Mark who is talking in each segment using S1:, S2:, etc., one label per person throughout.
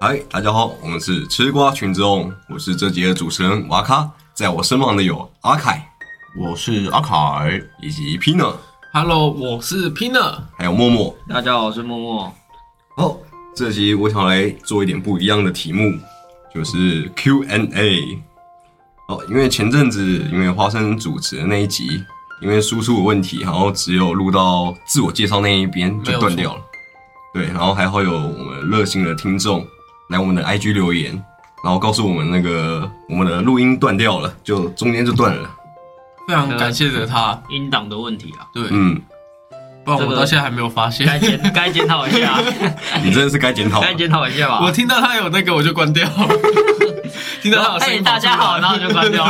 S1: 嗨，大家好，我们是吃瓜群众，我是这集的主持人瓦卡，在我身旁的有阿凯
S2: 我是阿凯。
S1: 以及 Pina，
S3: Hello，我是 Pina。
S1: 还有默默。
S4: 大家好，我是默默。
S1: 好，这集我想来做一点不一样的题目，就是 Q&A。哦，因为前阵子因为花生主持的那一集，因为输出有问题，然后只有录到自我介绍那一边就断掉了。对，然后还好有我们热心的听众来我们的 IG 留言，然后告诉我们那个我们的录音断掉了，就中间就断了。
S3: 非常感谢着他，
S4: 音档的问题啊，
S3: 对，
S1: 嗯，
S3: 不然
S4: 这
S3: 我
S4: 个
S3: 到现在还没有发现。
S4: 该检该检讨一下，
S1: 你真的是该检讨了
S4: 该。检讨一下 吧。
S3: 我听到他有那个我就关掉， 听到他有声
S4: 哎，
S3: 音
S4: 大家好，然后就关掉。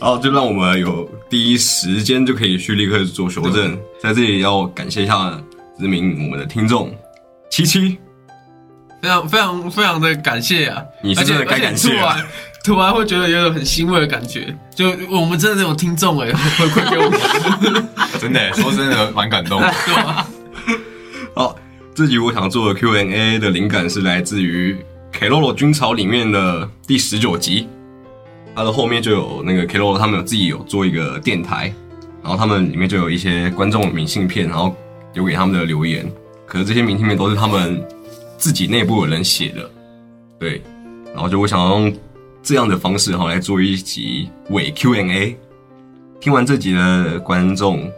S1: 然后就让我们有第一时间就可以去立刻做修正。在这里要感谢一下知名我们的听众七七，
S3: 非常非常非常的感谢啊！
S1: 你是
S3: 而且
S1: 真的该感谢
S3: 而且突
S1: 啊
S3: 然突然会觉得有种很欣慰的感觉，就我们真的有听众哎，回馈给我们，
S2: 真的耶，说真的蛮感动的。
S3: 对啊吧？
S1: 好，这集我想做的 Q&A 的灵感是来自于《k o l o 军曹》里面的第十九集，它的后面就有那个 k o l o 他们有自己有做一个电台，然后他们里面就有一些观众的明信片，然后留给他们的留言，可是这些明信片都是他们自己内部的人写的，对，然后就我想要用这样的方式，然后来做一集伪 Q&A。听完这集的观众，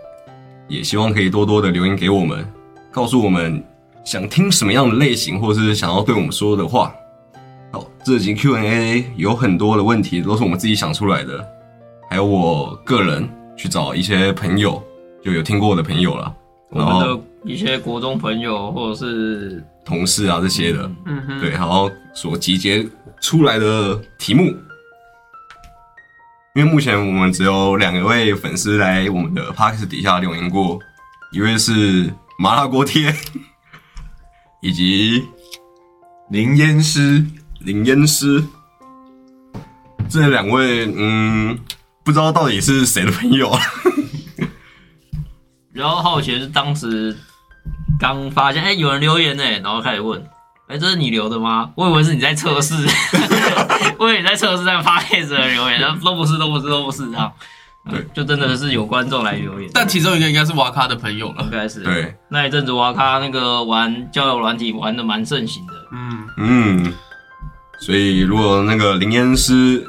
S1: 也希望可以多多的留言给我们，告诉我们想听什么样的类型，或是想要对我们说的话。好，这集 Q&A 有很多的问题都是我们自己想出来的，还有我个人去找一些朋友，就有听过的朋友啦，
S4: 我
S1: 然
S4: 们
S1: 后
S4: 的一些国中朋友或者是
S1: 同事啊这些的。
S3: 嗯哼，
S1: 对，然后所集结出来的题目。因为目前我们只有两位粉丝来我们的 p a r k s 底下留言过，一位是麻辣锅贴， 以及
S2: 林烟师，
S1: 林烟师。这两位，嗯，不知道到底是谁的朋友啊？
S4: 比较好奇的是，当时刚发现，哎、有人留言呢、然后开始问，哎、这是你留的吗？我以为是你在测试，我以为你在测试在发 c a 的留言，然后都不是，都不是，都不是这样。
S1: 对，
S4: 就真的是有观众来留言，
S3: 但其中一个应该是瓦卡的朋友了
S4: 应，该是
S1: 对，
S4: 那一阵子哇，他那个玩交友软体玩的蛮盛行的，
S3: 嗯，
S1: 嗯，所以如果那个林烟师、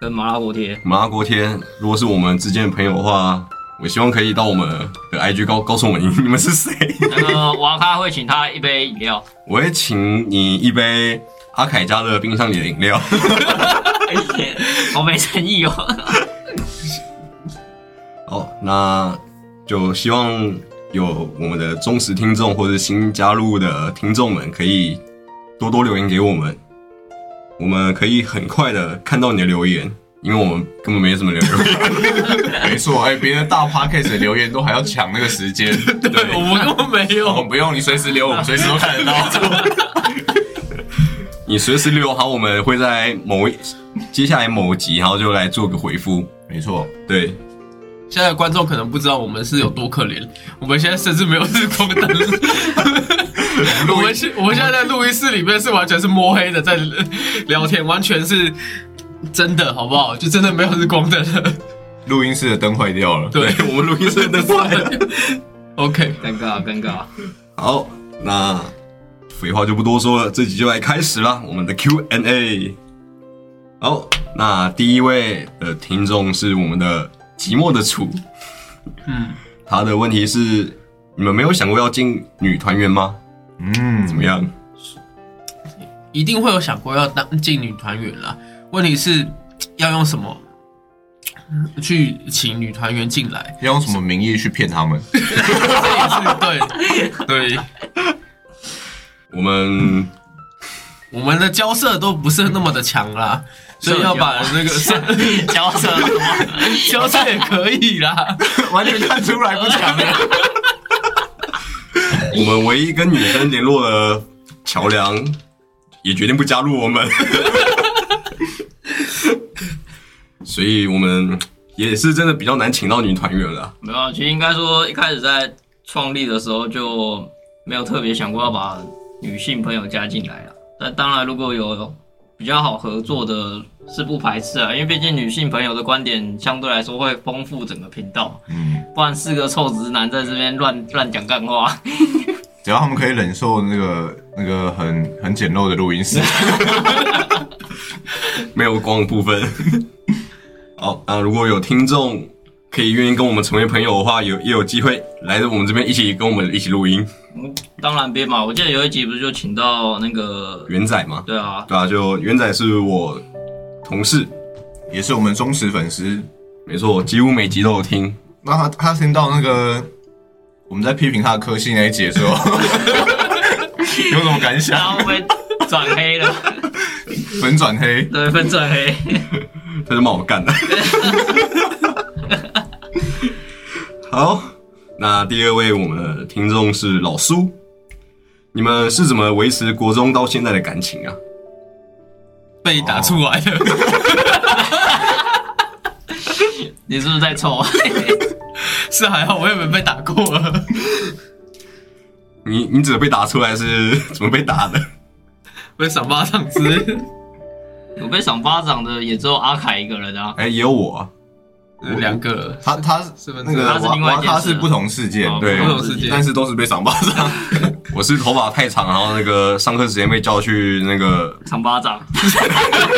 S4: 跟麻辣锅贴。
S1: 麻辣锅贴，如果是我们之间的朋友的话，我希望可以到我们的 IG 告告诉我们你 你们是谁。
S4: 那个娃咖会请他一杯饮料，
S1: 我会请你一杯阿凯家的冰箱里的饮料。
S4: 哎好没诚意哦。
S1: 好，那就希望有我们的忠实听众或者新加入的听众们可以多多留言给我们，我们可以很快的看到你的留言，因为我们根本没什么留言。
S2: 没错，哎，别的大 podcast 的留言都还要抢那个时间，
S3: 对，我们根本没
S2: 我
S3: 有
S2: 们，不用，你随时留，我们随时都看得到。
S1: 你随时留好，我们会在某一接下来某集，然后就来做个回复。
S2: 没错，
S1: 对，
S3: 现在的观众可能不知道我们是有多可怜，我们现在甚至没有日光灯， 我们现我们现在在录音室里面是完全是摸黑的在聊天，完全是真的，好不好？就真的没有日光灯了。
S2: 录音室的灯坏掉了。
S3: 对
S1: 我们录音室的坏了。
S3: ，OK，
S4: 尴尬，啊尴尬。
S1: 好，那废话就不多说了，这集就来开始啦，我们的 Q&A。好，那第一位的听众是我们的寂寞的楚，
S3: 嗯，
S1: 他的问题是：你们没有想过要进女团员吗？
S2: 嗯，
S1: 怎么？样？
S3: 一定会有想过要当进女团员啦。问题是要用什么去请女团员进 来？
S2: 要用什么名义去骗他们？
S3: 这也是对对，
S1: 我们
S3: 我们的交涉都不是那么的强啦，所以要把那个
S4: 交涉什么？
S3: 交涉也可以啦。
S2: 完全看出来不强了。
S1: 我们唯一跟女生联络的桥梁，也决定不加入我们， 所以我们也是真的比较难请到女团员了。
S4: 没有啊，其实应该说一开始在创立的时候就没有特别想过要把女性朋友加进来了。但当然，如果有比较好合作的，是不排斥啊，因为毕竟女性朋友的观点相对来说会丰富整个频道，
S2: 嗯，
S4: 不然四个臭直男在这边乱乱讲干话，
S2: 只要他们可以忍受那个那个很很简陋的录音室，
S1: 没有光的部分。 好，那如果有听众可以愿意跟我们成为朋友的话，有也有机会来我们这边一起跟我们一起录音。
S4: 当然编嘛。我记得有一集不是就请到那个，
S1: 元仔嘛，
S4: 对啊，
S1: 对啊，就元仔是我同事，
S2: 也是我们忠实粉丝。
S1: 没错，几乎每集都有听。
S2: 那他他听到那个我们在批评他的科系那一集的时候， 有什么感
S4: 然后
S2: 想？
S4: 被转黑了，
S2: 粉转黑，
S4: 对，被转黑。
S1: 他就骂我 干的。好，那第二位我们的听众是老苏，你们是怎么维持国中到现在的感情啊？
S3: 被打出来
S4: 哦
S3: 的，
S4: 你是不是在 臭？
S3: 是还好，我也没被打过 了。
S1: 你你只被打出来是怎么被打的？
S3: 被赏巴掌之类 的，
S4: 有被赏巴掌的也只有阿凯一个人啊。
S1: 哎、也有我、啊，
S3: 呃两个了
S2: 他他
S3: 是不是
S2: 那个
S4: 他是
S2: 娃
S4: 另外一
S2: 娃
S4: 件事啊
S2: 他是不同事件，
S4: 哦
S2: 对，
S1: 不
S3: 同事件
S2: 但是都是被赏巴掌。
S1: 我是头发太长，然后那个上课时间被叫去那个
S4: 赏巴掌，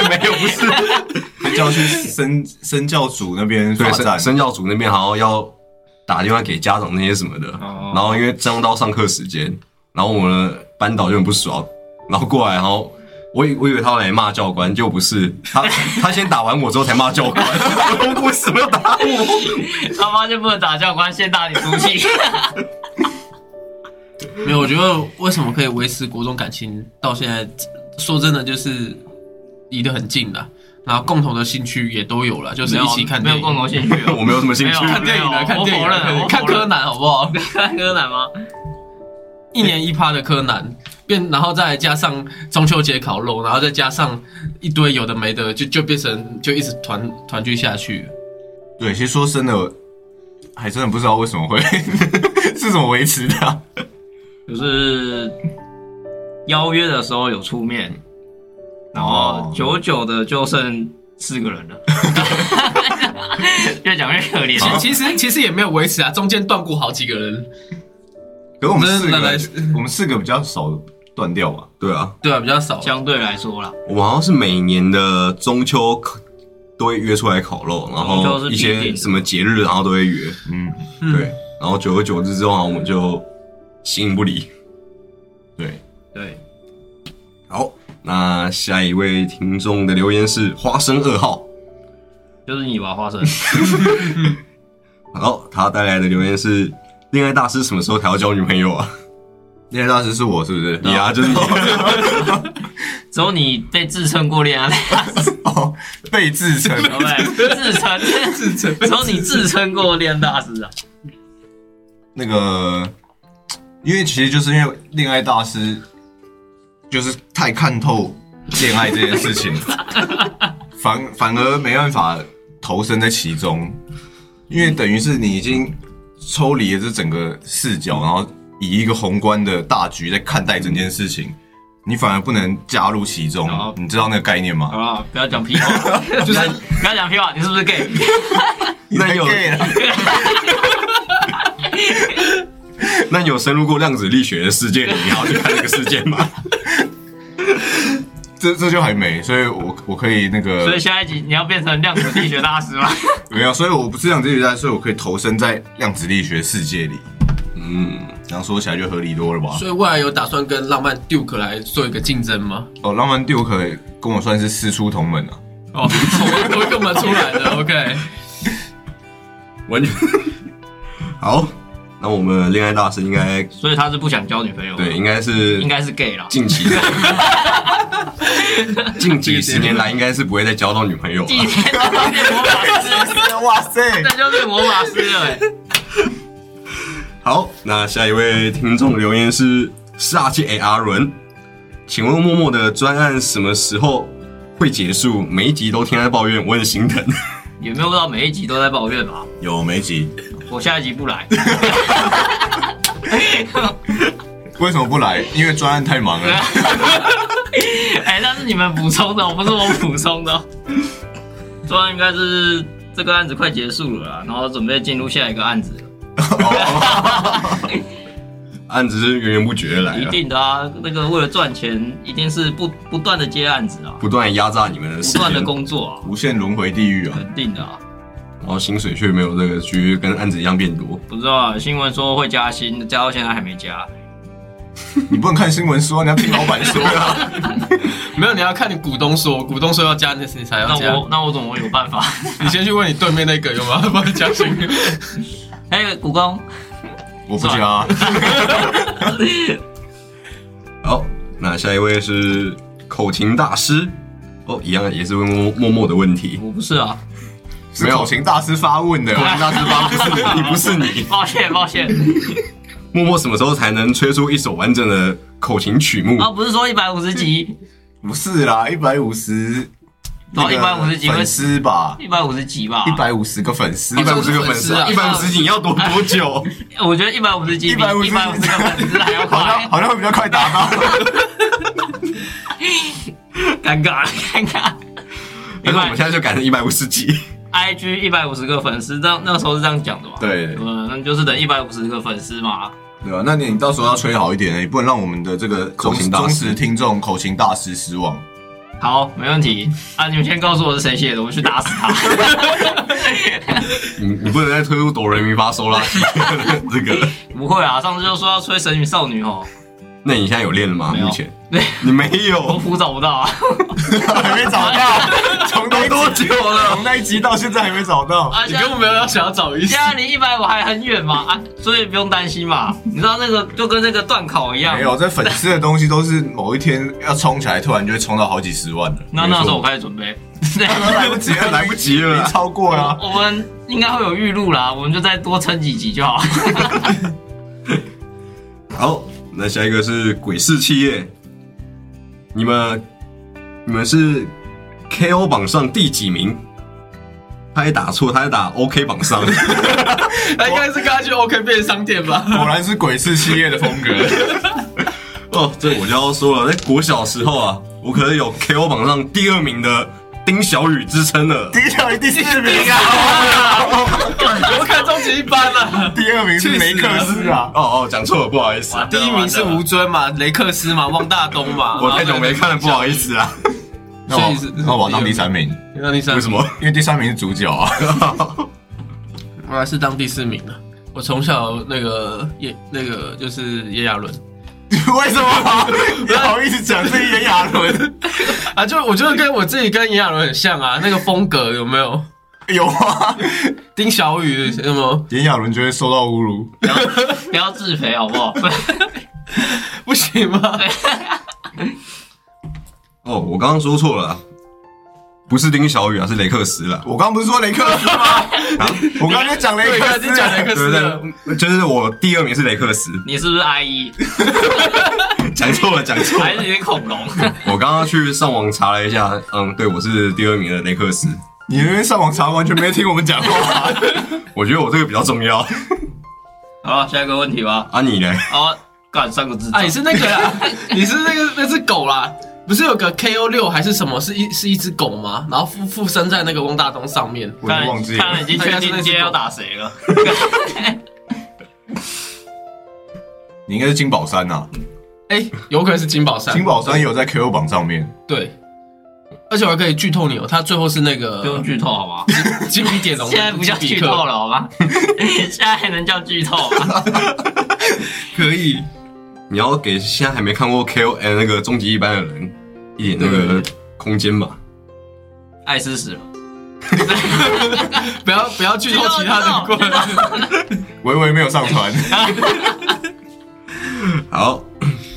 S1: 没有不是，
S2: 被叫去身身教组那边罚
S1: 对
S2: 站
S1: 身，身教组那边好像要打电话给家长那些什么的，
S4: 哦
S1: 然后因为这样到上课时间，然后我们的班导就很不爽，然后过来，然后我以我以为他来骂教官，就不是 他他先打完我之后才骂教官， 我为什么要打 我？
S4: 他妈就不能打教官，先打你出气。
S3: 没有，我觉得为什么可以维持国中感情到现在，说真的就是离得很近了，然后共同的兴趣也都有了，就是一起看
S4: 没
S3: 电
S4: 有
S3: 影。
S4: 共同兴趣哦，
S1: 我没有什么兴趣，
S4: 没有
S3: 看电影啊，看电影
S4: 我否认
S3: 啊，
S4: 我
S3: 看
S4: 否认
S3: 柯南好不好？
S4: 看 柯南吗？
S3: 一年一趴的柯南，变然后再加上中秋节烤肉，然后再加上一堆有的没的，就就变成就一直团团聚下去。
S2: 对，其实说真的，还真的不知道为什么会 是怎么维持的啊、
S4: 就是邀约的时候有出面，然后
S2: 哦
S4: 久久的就剩四个人了， 越讲越可怜。
S3: 其实其实也没有维持啊，中间断过好几个人，
S2: 可是我们四
S3: 真的来
S2: 个，我们四个比较少断掉吧。
S1: 对啊，
S3: 对啊，比较少。
S4: 相对来说啦，
S1: 我们好像是每年的中秋烤都会约出来烤肉，然
S4: 中秋
S1: 后
S4: 是
S1: 一
S4: 必定
S1: 些
S4: 的
S1: 什么节日，然后都会约，
S2: 嗯，
S3: 嗯
S1: 对，然后久而久之之后，我们就形影不离。
S2: 对，
S4: 对，
S1: 好，那下一位听众的留言是花生二号，
S4: 就是你吧，花生。
S1: 好，他带来的留言是：恋爱大师什么时候才要交女朋 友啊？
S2: 恋爱大师是我是不是？
S1: 你啊，就是
S4: 哦
S1: 你，
S4: 只有你被自称过 恋爱，
S2: 哦，被自称，
S4: 对不对？自称，自称，只有你自称过恋爱大师啊。
S2: 那个，因为其实就是因为恋爱大师就是太看透恋爱这件事情， 反反而没办法投身在其中，因为等于是你已经抽离了这整个视角，然后以一个宏观的大局在看待整件事情，你反而不能加入其中
S4: 哦，
S2: 你知道那个概念
S4: 好
S2: 吗？
S4: 了，不要讲屁话， 就是不要讲屁话，你是不是 gay？
S1: 那你有
S2: 太 gay 啊了
S1: 那你有深入过量子力学的世界里，然后去看这个世 界吗？
S2: 这这就还没，所以我我可以那个，
S4: 所以下一集你要变成量子力学大 师吗？
S2: 没有，所以我不是量子力学啊家，所以我可以投身在量子力学世界里。
S1: 嗯，
S2: 这样说起来就合理多了吧？
S3: 所以未来有打算跟浪漫 Duke 来做一个竞争吗？
S2: 哦，浪漫 Duke 可以跟我算是师出同门啊。
S3: 哦，从 我干嘛出来的？OK，
S1: 完全好。那我们恋爱大师应该
S4: 所以他是不想交女朋友，
S1: 对，应该是
S4: 哦应该是 gay 啦。
S1: 近 期近几十年来，应该是不会再交到女朋友
S4: 今
S1: 了。
S4: 天那就是魔法师，
S2: 哇塞
S4: 那就是魔法师了、欸。
S1: 好，那下一位听众留言是煞气 A R 伦，请问默默的专案什么时候会结束？每一集都听他抱怨，我很心疼。
S4: 有没有到每一集都在抱怨啊吧？
S2: 有每集，
S4: 我下一集不来，
S2: 为什么不来？因为专案太忙 了。
S4: 哎、那是你们补充的，不是我补充的哦。昨晚应该是这个案子快结束了啦，然后准备进入下一个案子了。
S1: 案子是源源不绝的来
S2: 哎
S4: 一
S1: 了，
S4: 定的啊，那个为了赚钱，一定是不不断的接案子啊，
S1: 不断地压榨你们的
S4: 不
S1: 时间
S4: 断，的工作啊，
S2: 无限轮回地狱啊！
S4: 肯定的啊。
S1: 然后薪水却没有这个去跟案子一样变多。
S4: 不知道啊，新闻说会加薪，加到现在还没加。
S2: 你不能看新闻说，你要听老板说啊。
S3: 没有，你要看你股东说，股东说要加，你你才
S4: 那
S3: 要加。
S4: 我那我怎么有办法？
S3: 你先去问你对面那个有没有 帮你加薪。
S4: 哎、股东，
S2: 我不加啊，
S1: 好，那下一位是口琴大师，哦，一样也是问默默默的问题，
S4: 我不是啊，
S2: 是口琴大师发问的。口啊琴大师发问，
S1: 你不是你，
S4: 抱歉抱歉。
S1: 默默什么时候才能吹出一首完整的口琴曲目？
S4: 啊，不是说一百五十 集，
S2: 不是啦，一百五十，
S4: 哦150几位
S2: 粉丝吧，
S4: 一百五十集吧。
S2: 一，啊百五十个粉丝，
S1: 一百五十个粉丝啊，一
S3: 150
S1: 百五十你要多多
S4: 啊
S1: 久？
S4: 我觉得一百五十集比
S2: 150
S4: 一百五十个粉丝还要
S2: 好
S4: 快
S2: 像。好像会比较快达到。
S4: 尴尬尴尬。
S1: 还
S4: 另
S1: 是我们现
S4: 外
S1: 在就改成一百五十集？
S4: ，IG 一百五十个粉丝，那那时候是这样讲的嘛？，
S2: 对
S4: 嗯，那就是等一百五十个粉丝嘛。
S2: 对啊，那你到时候要吹好一点，哎你不能让我们的这 个
S1: 口
S2: 忠
S1: 琴大师
S2: 忠实听众口琴大师失望。
S4: 好，没问题啊！你们先告诉我是谁写的，我去打死他。
S1: 你你不能再推出哆来咪发嗦啦 西这个。
S4: 不会啊，上次就说要吹神女少女哦，
S1: 那你现在有练了吗？
S4: 没有
S1: 目前
S4: 对，
S1: 你没
S4: 我
S1: 有，
S4: 谱找不到啊。
S2: 还没找到， 从那多久了？从那一集到现在还没找到。
S4: 啊，
S3: 你
S4: 现
S3: 根
S4: 在
S3: 本没有要想要找一
S4: 啊现
S3: 次。
S4: 在离一百五还很远嘛，啊，所以不用担心嘛。你知道那个就跟那个断考一样
S2: 没，有，这粉丝的东西都是某一天要冲起来，突然就会冲到好几十万的。
S4: 那
S1: 没错
S4: 那时候我开始准备。
S2: 来不及
S1: 来
S2: 了，来不
S1: 不
S2: 及
S1: 及了
S2: 了，
S1: 啦。
S2: 超过
S3: 啊
S2: 了。
S4: 我们应该会有预录啦，我们就再多撑几 集就好。
S1: 好，那下一个是鬼市企业，你们你们是 KO 榜上第几名？他也打错，他也打 OK 榜上。
S3: 他哎应该是跟他去 OK 便利商店 吧？
S2: 果然是鬼市系列的风格。
S1: 哦，这我就要说了，在国小时候啊，我可是有 KO 榜上第二名的丁小雨之称的。
S2: 第一名第四名啊，
S3: 我看终极一班了。
S2: 第二名是梅克斯啊。
S1: 哦哦，讲错了，不好意思，
S3: 第一名是吴尊嘛，雷克斯嘛，汪大东 嘛。
S1: 我太久没看了，不好意思啊。
S2: 那
S3: 所以
S2: 我
S3: 是
S2: 那我当第三名，
S3: 然后就。那第 三
S1: 为什？么？
S2: 因为第三名是主角啊。
S3: 我还是当第四名了。啊我从小那个叶那个就是炎亚纶
S2: 为什么？你好意思讲自己炎亚纶？
S3: 啊，就我觉得跟我自己跟炎亚纶很像啊，那个风格有没有？
S2: 有啊，
S3: 丁小雨什么？
S4: 嗯
S2: 炎亚纶就会受到侮辱。
S4: 不要自肥好不好？
S3: 不行吗？
S1: 哦，我刚刚说错了啊，不是丁小雨啊，是雷克斯啦。
S2: 我刚不是说雷克斯吗？我刚才讲雷
S3: 对，
S2: 克
S3: 刚才
S2: 斯，
S3: 讲雷
S1: 对
S3: 克斯了
S1: 对，对就是我第二名是雷克斯，
S4: 你是不是 IE？
S1: 讲错了，讲错
S3: 哎
S4: 还
S1: 了
S4: 是。有点恐 龙？
S1: 我刚刚去上网查了一下，嗯，对，我是第二名的雷克斯。
S2: 你那边上网查完全没听我们讲话。
S1: 我觉得我这个比较重要。
S4: 好了，下一个问题吧。
S1: 啊，你嘞？
S4: 哦，干三个字。
S3: 啊，你是那个啦，你是那个那只狗啦，不是有个 KO 六还是什么？是一是一只狗吗？然后附附身在那个汪大东上面。
S2: 我
S4: 看
S2: 都
S4: 来
S2: 忘记
S4: 看
S2: 了
S4: 来已经确定今天要打 谁了。
S2: 你应该是金宝山啊呐、
S3: 哎、有可能是金宝
S2: 啊，
S3: 山
S2: 金。宝山也有在 KO 榜上面。
S3: 对，而且我还可以剧透你哦，他最后是那
S4: 不用
S3: 个
S4: 剧透好吗？
S3: 金笔 点龙，
S4: 现在不叫剧透了好吗？ 现在还能叫剧透啊 吗？
S3: 可以。
S1: 你要给现在还没看过 KOL 那个终极一班的人一点那个空间吧。
S4: 艾斯死了，
S3: 不要不要剧透其他的过程。
S2: 微微没有上 传，
S1: 好，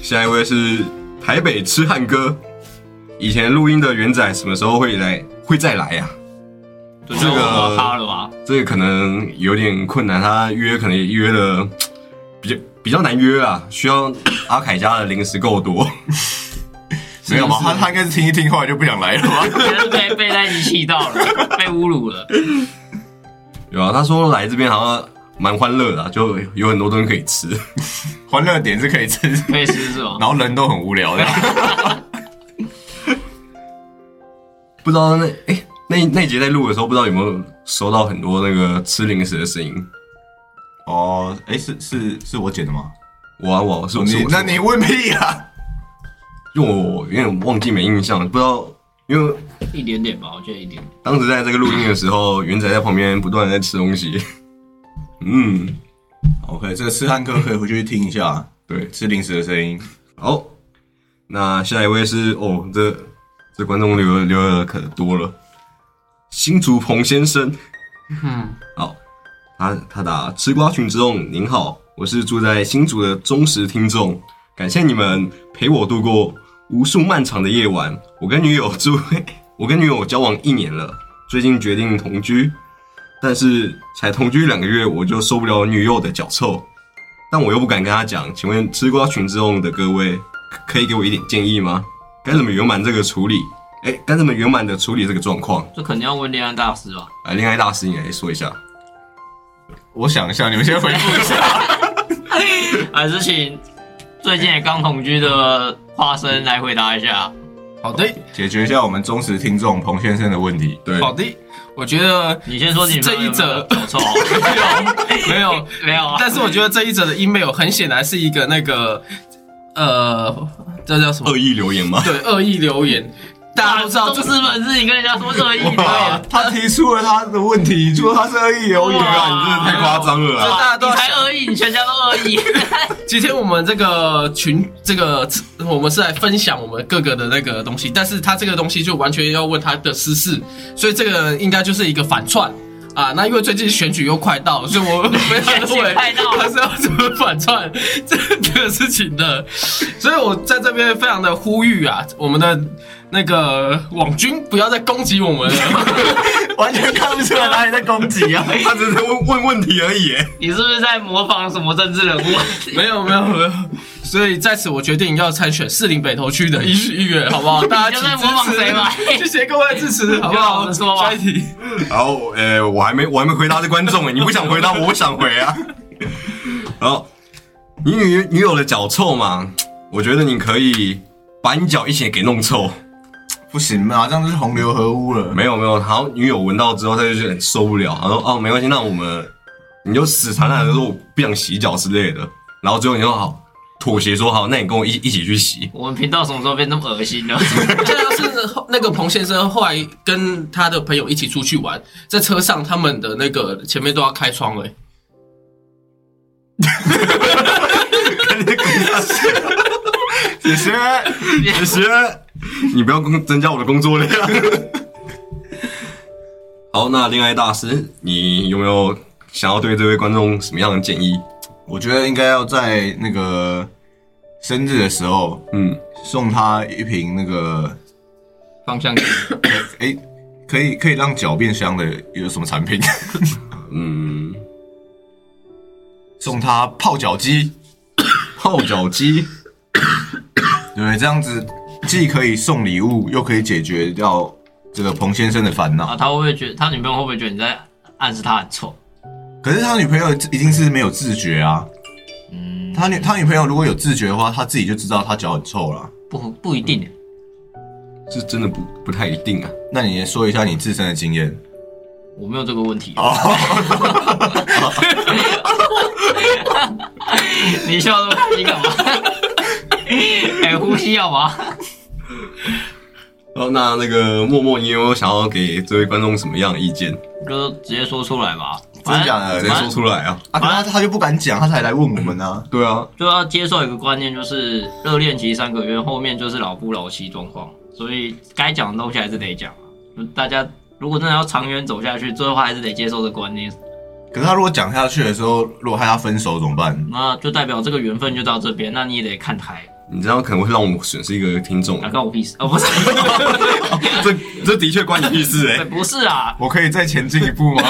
S1: 下一位是台北痴汉哥。以前录音的元仔什么时候会来？会再来啊呀、
S4: 这就我啊他 了吧？
S1: 这个可能有点困难，他约可能也约了，比较比较难约啊，需要阿凯家的零食够多。
S2: 没有吧？
S3: 是
S2: 他他应该是啊听一听，后来就不想来了吧？
S4: 应该是被被那集气到了，被侮辱了。
S1: 有啊，他说来这边好像蛮欢乐的、啊，就有很多东西可以吃。
S2: 欢乐点是可以吃，
S4: 可以吃是吗？
S2: 然后人都很无聊的。
S1: 不知道那哎、那那一节在录的时候，不知道有没有收到很多那个吃零食的声音。
S2: 哦，哎，是是是我剪的吗？
S1: 我啊我啊是我是
S2: 哦你
S1: 我
S2: 那你问屁啊！
S1: 因为我有点忘记没印象了，不知道因为
S4: 一点点吧，我觉得一点点。
S1: 当时在这个录音的时候，元仔在旁边不断地在吃东西。 嗯，
S2: OK，这个吃汉克可以回去听一下，
S1: 对，
S2: 吃零食的声音。
S1: 好，那下一位是哦，这这观众留的留的可多了，新竹彭先生。
S3: 嗯，
S1: 好，他他打吃瓜群众，您好，我是住在新竹的忠实听众，感谢你们陪我度过无数漫长的夜晚。我跟女友住， 我跟女友交往一年了，最近决定同居，但是才同居两个月，我就受不了女友的脚臭，但我又不敢跟她讲。请问吃瓜群众的各位，可可以给我一点建议吗？该怎么圆满这个处理？哎，该怎么圆满的处理这个状况？
S4: 这肯定要问恋爱大师吧？
S1: 来，恋爱大师，你来说一下。
S2: 我想一下，你们先回复一下。
S4: 还是请最近也刚同居的花生来回答一下。
S3: 好的，
S2: 解决一下我们忠实听众彭先生的问题。
S1: 对，
S3: 好的，我觉得
S4: 你先说你
S3: 这一则
S4: 走错，啊
S3: 没有，
S4: 没有啊？
S3: 但是我觉得这一则的 email 很显然是一个那个呃，这叫什么
S1: 恶？意留言吗？
S3: 对，恶意留言。大家都知道，啊
S4: 这
S3: 这
S4: 是本事，你跟人家说恶意的
S2: 哇，他提出了他的问题，说他是恶意留言啊，
S4: 哇
S2: 你真的
S1: 太
S2: 太夸
S1: 夸
S2: 张。
S1: 张了
S3: 这
S1: 啊！
S3: 大家都
S4: 你
S3: 要
S4: 才恶意，你全家都恶 意。
S3: 今天我们这个群，这个我们是来分享我们各个的那个东西，但是他这个东西就完全要问他的私事，所以这个应该就是一个反串啊。那因为最近选举又快到了，所以我非常认为他是要怎么反串这个事情的，所以我在这边非常的呼吁啊，我们的那个网军不要再攻击我们了。
S2: 完全看不出来他也在攻击啊！
S1: 他只是问问问题而已耶。
S4: 你是不是在模仿什么政治人物？
S3: 没有没有没有，所以在此我决定要参选士林北投区的议议员，好不 好？大家
S4: 你就在
S3: 请
S4: 模仿谁嘛
S3: 支 持，谢谢各位的支持，好不
S4: 就让 我
S3: 好？
S4: 们说吧
S3: 下一题，
S1: 然后，呃，我还没我还没回答这观众哎，你不想回答，我想回啊。然后，你女女友的脚臭嘛，我觉得你可以把你脚一起给弄臭。
S2: 不行嘛，这样就是洪流合污了。
S1: 没有没有，好像女友闻到之后，她就觉得很受不了，她说哦没关系，那我们你就死缠烂打说我不想洗脚之类的。然后最后你说好妥协说好，那你跟我一一起去 洗。
S4: 我们频道什么时候变那么恶心了？
S3: 这就是那个彭先生后来跟他的朋友一起出去玩，在车上他们的那个前面都要开窗了、欸
S2: 谢谢。
S1: 其实你不要工增加我的工作量。好，那恋爱大师，你有没有想要对这位观众什么样的建议？
S2: 我觉得应该要在那个生日的时候
S1: 嗯，
S2: 送他一瓶那个，
S4: 方向感
S2: 哎、可以可以让脚变香的有什么产品？
S1: 嗯，
S2: 送他泡脚机，
S1: 泡脚机，
S2: 对，这样子既可以送礼物，又可以解决掉这个彭先生的烦恼。
S4: 啊，他会不会觉得他女朋友会不会觉得你在暗示他很臭？
S2: 可是他女朋友一定是没有自觉啊。
S4: 嗯，
S2: 他女他女朋友如果有自觉的话，他自己就知道他脚很臭了。
S4: 不不一定耶。
S1: 是真的不不太一定啊。
S2: 那你也说一下你自身的经验。
S4: 我没有这个问题。啊
S2: 哦
S4: 你笑那么开心干嘛？ 哎、呼吸好吗？
S1: 哦，那那个默默，你有没有想要给这位观众什么样的意见？
S4: 就直接说出来吧。
S2: 真的假的
S4: 反正
S1: 直接说出来啊！
S2: 啊，可是他他就不敢讲，他才来问我们呢、啊。
S1: 对啊，
S4: 就要接受一个观念，就是热恋期三个月后面就是老夫老妻状况，所以该讲的东西还是得讲啊。就大家如果真的要长远走下去，最后还是得接受这个观念，
S2: 可是他如果讲下去的时候，如果害他分手怎么办？
S4: 那就代表这个缘分就到这边，那你也得看台，
S1: 你这样可能会让我们损失一个听众
S4: 啊，。干我屁事哦，不是，
S1: 这 这的确关你屁事 哎、
S4: 不是啊，
S2: 我可以再前进一 步吗？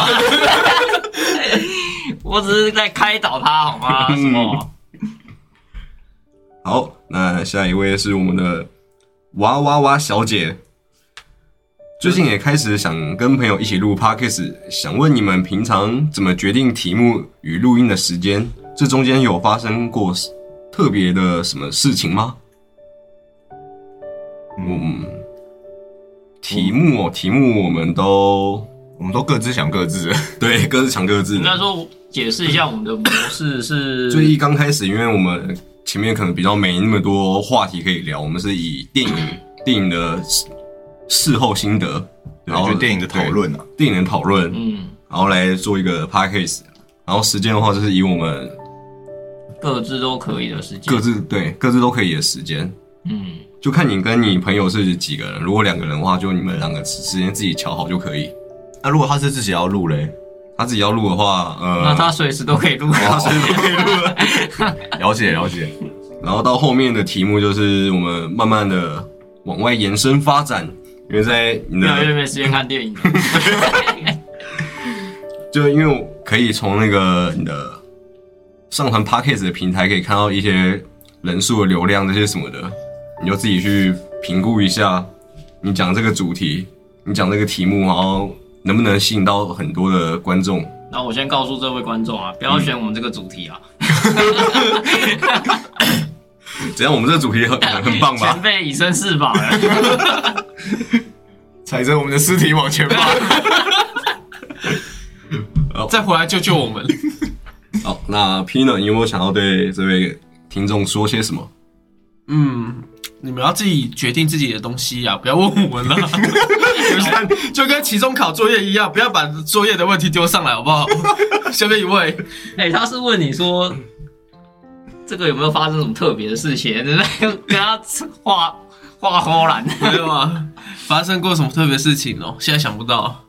S4: 我只是在开导他好 吗？什么？
S1: 好，那下一位是我们的娃娃娃小姐，最近也开始想跟朋友一起录 podcast，想问你们平常怎么决定题目与录音的时间？这中间有发生过特别的什么事情吗？嗯，题目哦，题目我们都
S2: 我们都各自想各 自的，
S1: 对各自抢各自
S4: 应该
S1: 的。
S4: 说解释一下我们的模 式是，
S1: 最一刚开始，因为我们前面可能比较没那么多话题可以聊，我们是以电影电影的事事后心得，然
S2: 然
S1: 后
S2: 后就电影的讨论啊，
S1: 对，电影的讨论，
S4: 嗯，
S1: 然后来做一个 podcast。然后时间的话，就是以我们
S4: 各自都可以的时间，
S1: 各自对各自都可以的时间，
S4: 嗯，
S1: 就看你跟你朋友是几个人。如果两个人的话，就你们两个时间自己瞧好就可以。
S2: 那啊如果他是自己要录嘞，
S1: 他自己要录的话，呃，
S4: 那他随时都可以录。啊
S1: 他随便可以录了。
S2: 了解了解，
S1: 然后到后面的题目就是我们慢慢的往外延伸发展，因为在你
S4: 越来越
S1: 的
S4: 没时间 看电影，
S1: 就因为我可以从那个你的上传 podcast 的平台可以看到一些人数的流量这些什么的，你就自己去评估一下，你讲这个主题，你讲这个题目，然后能不能吸引到很多的观众。
S4: 那我先告诉这位观众啊，不要选我们这个主题啊，
S1: 嗯只要我们这个主题很很很棒吧
S4: 前？辈以身试法 啊了。
S2: 踩着我们的尸体往前爬。
S3: 再回来救救我们。
S4: 哎
S1: 好，那 Pino，你有没有想要对这位听众说些什么？
S3: 嗯，你们要自己决定自己的东西呀、啊不要问我们了。 就像就跟期中考作业一样，不要把作业的问题丢上来，好不好？ 下面一位，
S4: 哎、他是问你说这个有没有发生什么特别的事情， 对不对？跟他画画忽然，
S3: 没有啊，发生过什么特别事情哦？现在想不到。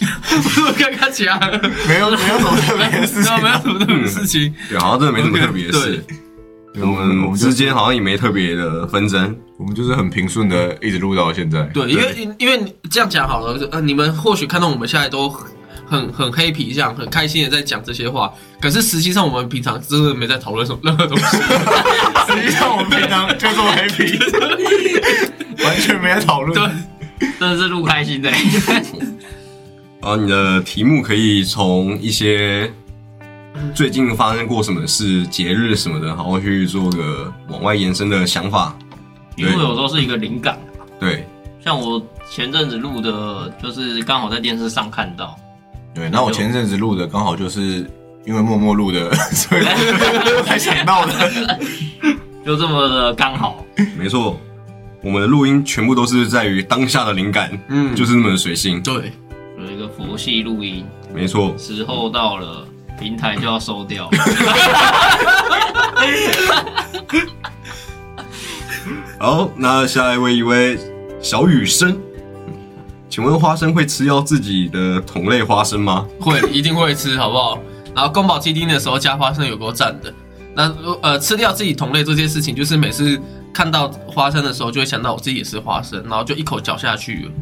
S3: 我刚刚讲，
S2: 没有没有什么特别的事
S3: 没
S2: 情
S3: 有没有什么特别的事情，
S1: 对，好像真的没什么特别的事。
S2: 对
S1: 我 们我们之间好像也没特别的纷争。
S2: 我们就是很平顺的一直录到现在。
S3: 对，因为因为你这样讲好了，呃，你们或许看到我们现在都很很 happy，这样很开心的在讲这些话，可是实际上我们平常真的没在讨论什么任何东西。
S2: 实际上我们平常就这么 happy，完全没在讨论。
S3: 对，
S4: 真的是录 开心的、
S1: 然后你的题目可以从一些最近发生过什么事、节日什么的，然后去做个往外延伸的想法。
S4: 因为有时候是一个灵感，
S1: 对，
S4: 像我前阵子录的，就是刚好在电视上看到，
S2: 对，那我前阵子录的刚好就是因为默默录的，所以 才想到的。
S4: 就这么的刚好。
S1: 没错，我们的录音全部都是在于当下的灵感，
S3: 嗯，
S1: 就是那么的随性。
S3: 对，
S4: 有一个佛系录音，
S1: 没错，
S4: 时候到了，平台就要收掉。
S1: 好，那下一位一位小雨生，请问花生会吃掉自己的同类花生吗？
S3: 会一定会吃，好不好？然后宫保鸡丁的时候加花生有够赞的。那呃，吃掉自己同类这件事情，就是每次看到花生的时候，就会想到我自己也是花生，然后就一口嚼下去了。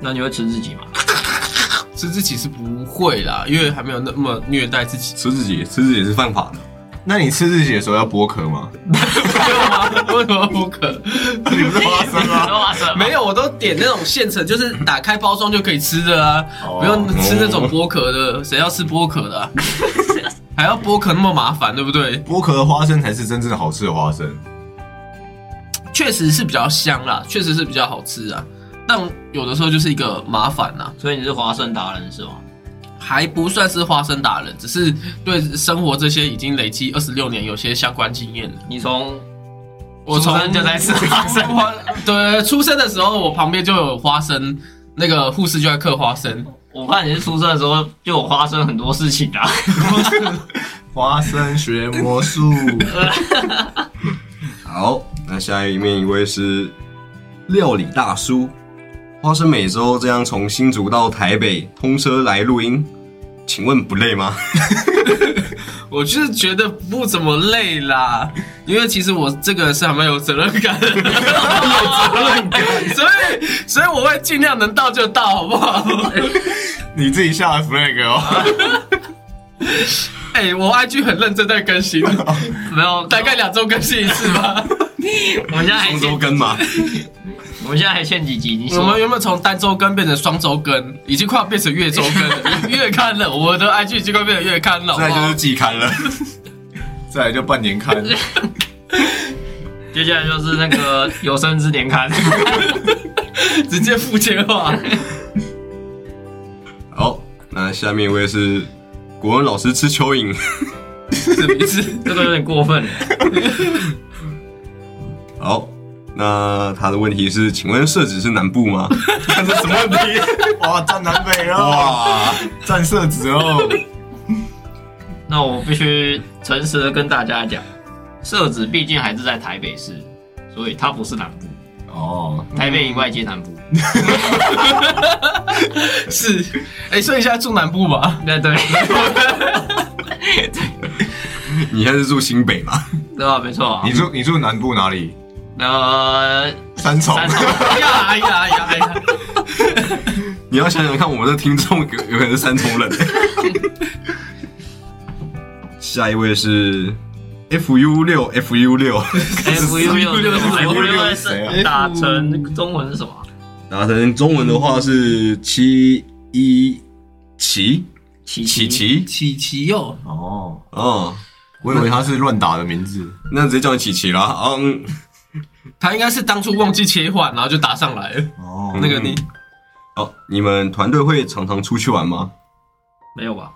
S4: 那你会吃自己吗？
S3: 吃自己是不会啦，因为还没有那么虐待自己。
S1: 吃自己，吃自己是犯法的。
S2: 那你吃自己的时候要剥壳吗？
S3: 没有吗？ 为什么不可？
S2: 你不是花生 啊吗？
S4: 花生
S3: 没有，我都点那种现成，就是打开包装就可以吃的啊，
S2: 哦
S3: 不用吃那种剥壳的，谁要吃剥壳的、啊？还要剥壳那么麻烦，对不对？
S2: 剥壳的花生才是真正好吃的花生。
S3: 确实是比较香啦，确实是比较好吃啊，但有的时候就是一个麻烦啦，
S4: 所以你是花生达人是吗？
S3: 还不算是花生达人，只是对生活这些已经累积二十六年有些相关经验了。
S4: 你从
S3: 我从
S4: 出生就在吃花生
S3: 花 对出生的时候，我旁边就有花生，那个护士就在嗑花生。
S4: 我看你是出生的时候就有发生很多事情啊，
S2: 花生学魔术，
S1: 好，那下一面一位是料理大叔，花生每周这样从新竹到台北通车来录音，请问不累吗？
S3: 我就是觉得不怎么累啦，因为其实我这个人是还蛮有责任感的，有 责任感，所以所以我会尽量能到就到，好不 好？
S2: 你自己下的 flag 哦。
S3: 哎、我 IG 很认真在更新，
S4: 没有，
S3: 大概两周更新一次吧。
S4: 我们现在还
S1: 双
S4: 是
S1: 周更嘛，
S4: 我们现在还欠几集？你
S3: 我们
S4: 说
S3: 原本从单周更变成双周更，已经快要变成月周更 了，月刊了。我的 IG 已经快变成月刊了，好
S1: 再
S3: 不
S1: 来就
S3: 好
S1: 是季刊了，
S2: 再来就半年刊，
S4: 接下来就是那个有生之年刊，
S3: 直接付钱化。
S1: 好，那下面一位是国文老师吃蚯蚓。
S3: 什么意思？
S4: 这个有点过分。
S1: 好，那他的问题是，请问社指是南部吗？ 看这什么问题？
S2: 哇，站南北哦，
S1: 哇，
S2: 站社子哦，
S4: 那我必须诚实的跟大家讲，社子毕竟还是在台北市，所以它不是南部，
S2: 哦，
S4: 台北以外皆南部。
S3: 是， 哎、所以现在住南部吧？
S4: 对对
S1: 你现在是住新北吗？
S4: 对吧？没错啊
S2: 你。住你住南部哪里？
S4: 呃，
S2: 三重。
S4: 三重
S3: 哎呀哎呀哎呀哎呀！
S1: 你要想想看，我们的听众有有可能是三重人。下一位是 F U 六 F U 六，
S4: F U 六 F U 六是打成中文是什么？
S1: 打成中文的话是七一七
S4: 琪
S1: 琪琪
S3: 琪琪哟，
S2: 哦，
S1: 哦，
S2: 我以为他是乱打的名字。
S1: 那直接叫你琪琪啦。嗯，
S3: 他应该是当初忘记切换，然后就打上来了。
S2: 哦
S3: 那个你
S1: 哦，你们团队会常常出去玩吗？
S4: 没有吧？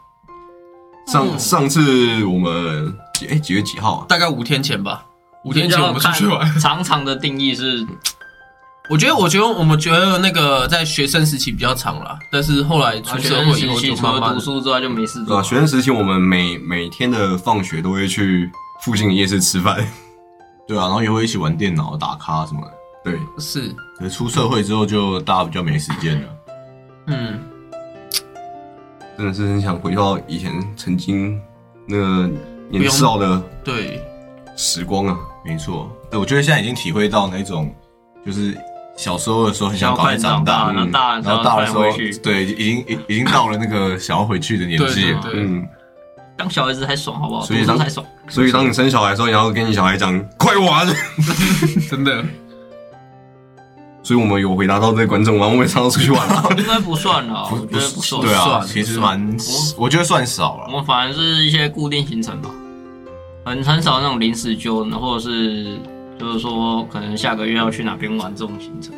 S1: 上、
S3: 嗯
S1: 上次我们几哎、几月几号啊？
S3: 大概五天前吧，五天前我们出去玩。
S4: 长长的定义是
S3: 我觉得，我觉得我们觉得那个在学生时期比较长啦，但是后来出
S4: 学
S3: 社
S4: 生
S3: 会以
S4: 时
S3: 后
S4: 期
S3: 就
S4: 除
S3: 慢
S4: 了
S3: 慢
S4: 读书之外就没事
S1: 对
S4: 做
S1: 吧？。学生时期，我们每每天的放学都会去附近的夜市吃饭。
S2: 对啊，然后也会一起玩电脑、打卡什么的。
S1: 对，
S3: 是，
S2: 可是出社会之后，就大家比较没时间了。
S3: 嗯，
S1: 真的是很想回到以前曾经那个年少的
S3: 对，
S1: 时光啊！
S2: 没错，对，我觉得现在已经体会到那种，就是小时候的时候很
S4: 想要
S2: 想赶
S4: 快
S2: 快
S4: 长
S2: 长
S4: 大，
S2: 大，嗯
S4: 然后大了
S2: 然后大的时候
S4: 快回去，，
S2: 对，已经已已经到了那个想要回去的年
S3: 对
S2: 纪
S3: 对
S2: 了。
S3: 对，
S1: 嗯，
S4: 当小孩子才爽，好不好？
S1: 所以
S4: 读书
S1: 当
S4: 才爽。
S1: 所以当你生小孩的时候，你要跟你小孩讲快玩。
S3: 真的，
S1: 所以我们有回答到这个观众吗？我们常常出去玩啊 吗？
S4: 应该不算啦，我觉得不算。
S2: 对啊，
S3: 算
S2: 其实
S3: 不
S2: 蛮，我觉得算少
S4: 我
S2: 了。
S4: 们反而是一些固定行程吧，很很少那种临时揪，然后是就是说可能下个月要去哪边玩这种行程。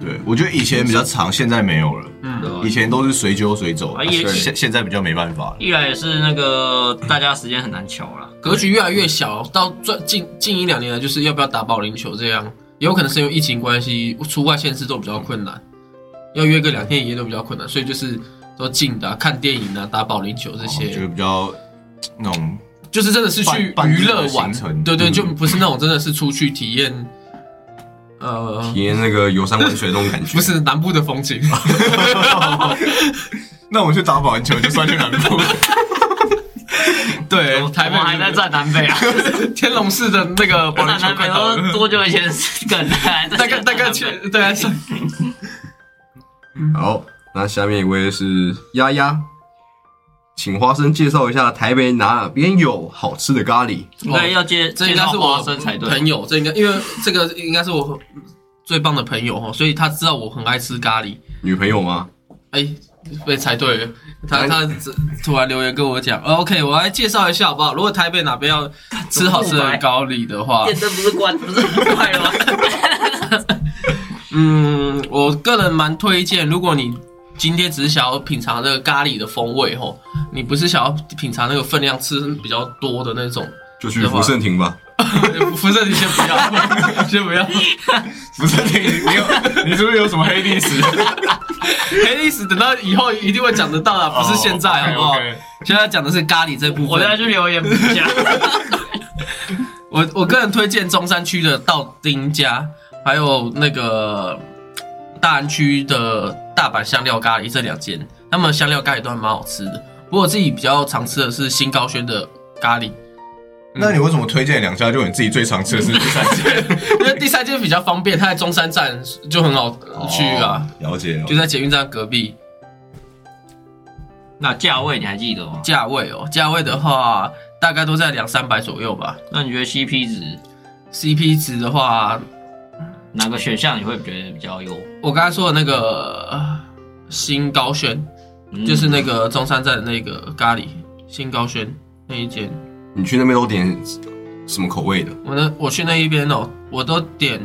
S2: 对，我觉得以前比较长，现在没有了。
S4: 对
S3: 嗯，
S4: 吧
S2: 以前都是随揪随走
S4: 啊也，
S2: 现现在比较没办法了。
S4: 一来也是那个大家时间很难瞧啦，
S3: 格局越来越小，到最近近一两年来，就是要不要打保龄球这样，也有可能是因为疫情关系，出外县市都比较困难，要约个两天一夜都比较困难，所以就是都近的啊、看电影啊、打保龄球这些，
S2: 哦就是比较那种
S3: 就是真的是去
S2: 半
S3: 娱乐
S2: 半日的
S3: 玩
S2: 行，程
S3: 对对，就不是那种真的是出去体验，呃，
S1: 体验那个游山玩水的那种感觉。
S3: 不，是南部的风景，
S2: 那我们去打保龄球就算去南 部，
S3: 对，台北
S4: 哦我们还在站南北啊，
S3: 天龙市的那个保龄
S4: 站
S3: 球
S4: 南北
S3: 看 到
S4: 都
S3: 了，
S4: 多久以前的事梗了？还在
S3: 大概大概
S4: 站南
S3: 前对啊，是
S1: 好，那下面一位是丫丫，请花生介绍一下台北哪边有好吃的咖喱。
S4: 北应该要介
S3: 这
S4: 介
S3: 应该
S4: 绍
S3: 是
S4: 花
S3: 我
S4: 生才对。
S3: 朋友，这应该因为这个应该是我最棒的朋友哦，所以他知道我很爱吃咖喱。
S1: 女朋友吗？
S3: 哎、被猜对了，他他这突然留言跟我讲、哦、，OK，我来介绍一下好不好？如果台北哪边要吃好吃的咖喱的话，
S4: 电灯不是关，不是很快吗？
S3: 嗯，我个人蛮推荐，如果你今天只是想要品尝这个咖喱的风味吼，你不是想要品尝那个分量吃比较多的那种，
S1: 就去福盛庭吧。
S3: 不是你先不要， 先不要。
S2: 不是你你有你是不是有什么黑历史？
S3: 黑历史等到以后一定会讲得到啦，啊不是现在好不
S2: 啊
S3: 好？
S2: 嗯
S3: 现在讲的是咖喱这部
S4: 我再
S3: 分。
S4: 去留言补一下。
S3: 我我个人推荐中山区的道丁家，还有那个大安区的大阪香料咖喱这两间，他们的香料咖喱都还蛮好吃的。不过我自己比较常吃的是新高轩的咖喱，
S2: 那你为什么推荐两家就你自己最常吃 的是第三间？
S3: 因为第三间比较方便，它在中山站就很好去啊，
S2: 哦，了解了
S3: 就
S2: 解。
S3: 在捷运站隔壁。
S4: 那价位你还记得吗？
S3: 价位哦，价位的话大概都在两三百左右吧。
S4: 那你觉得 CP 值？
S3: CP 值的话，
S4: 你哪个选项你会觉得比较优？
S3: 我刚才说的那个呃新高轩，
S4: 嗯
S3: 就是那个中山站的那个咖喱新高轩那一间，
S1: 你去那边都点什么口味的？
S3: 我呢我去那一边哦，我都点，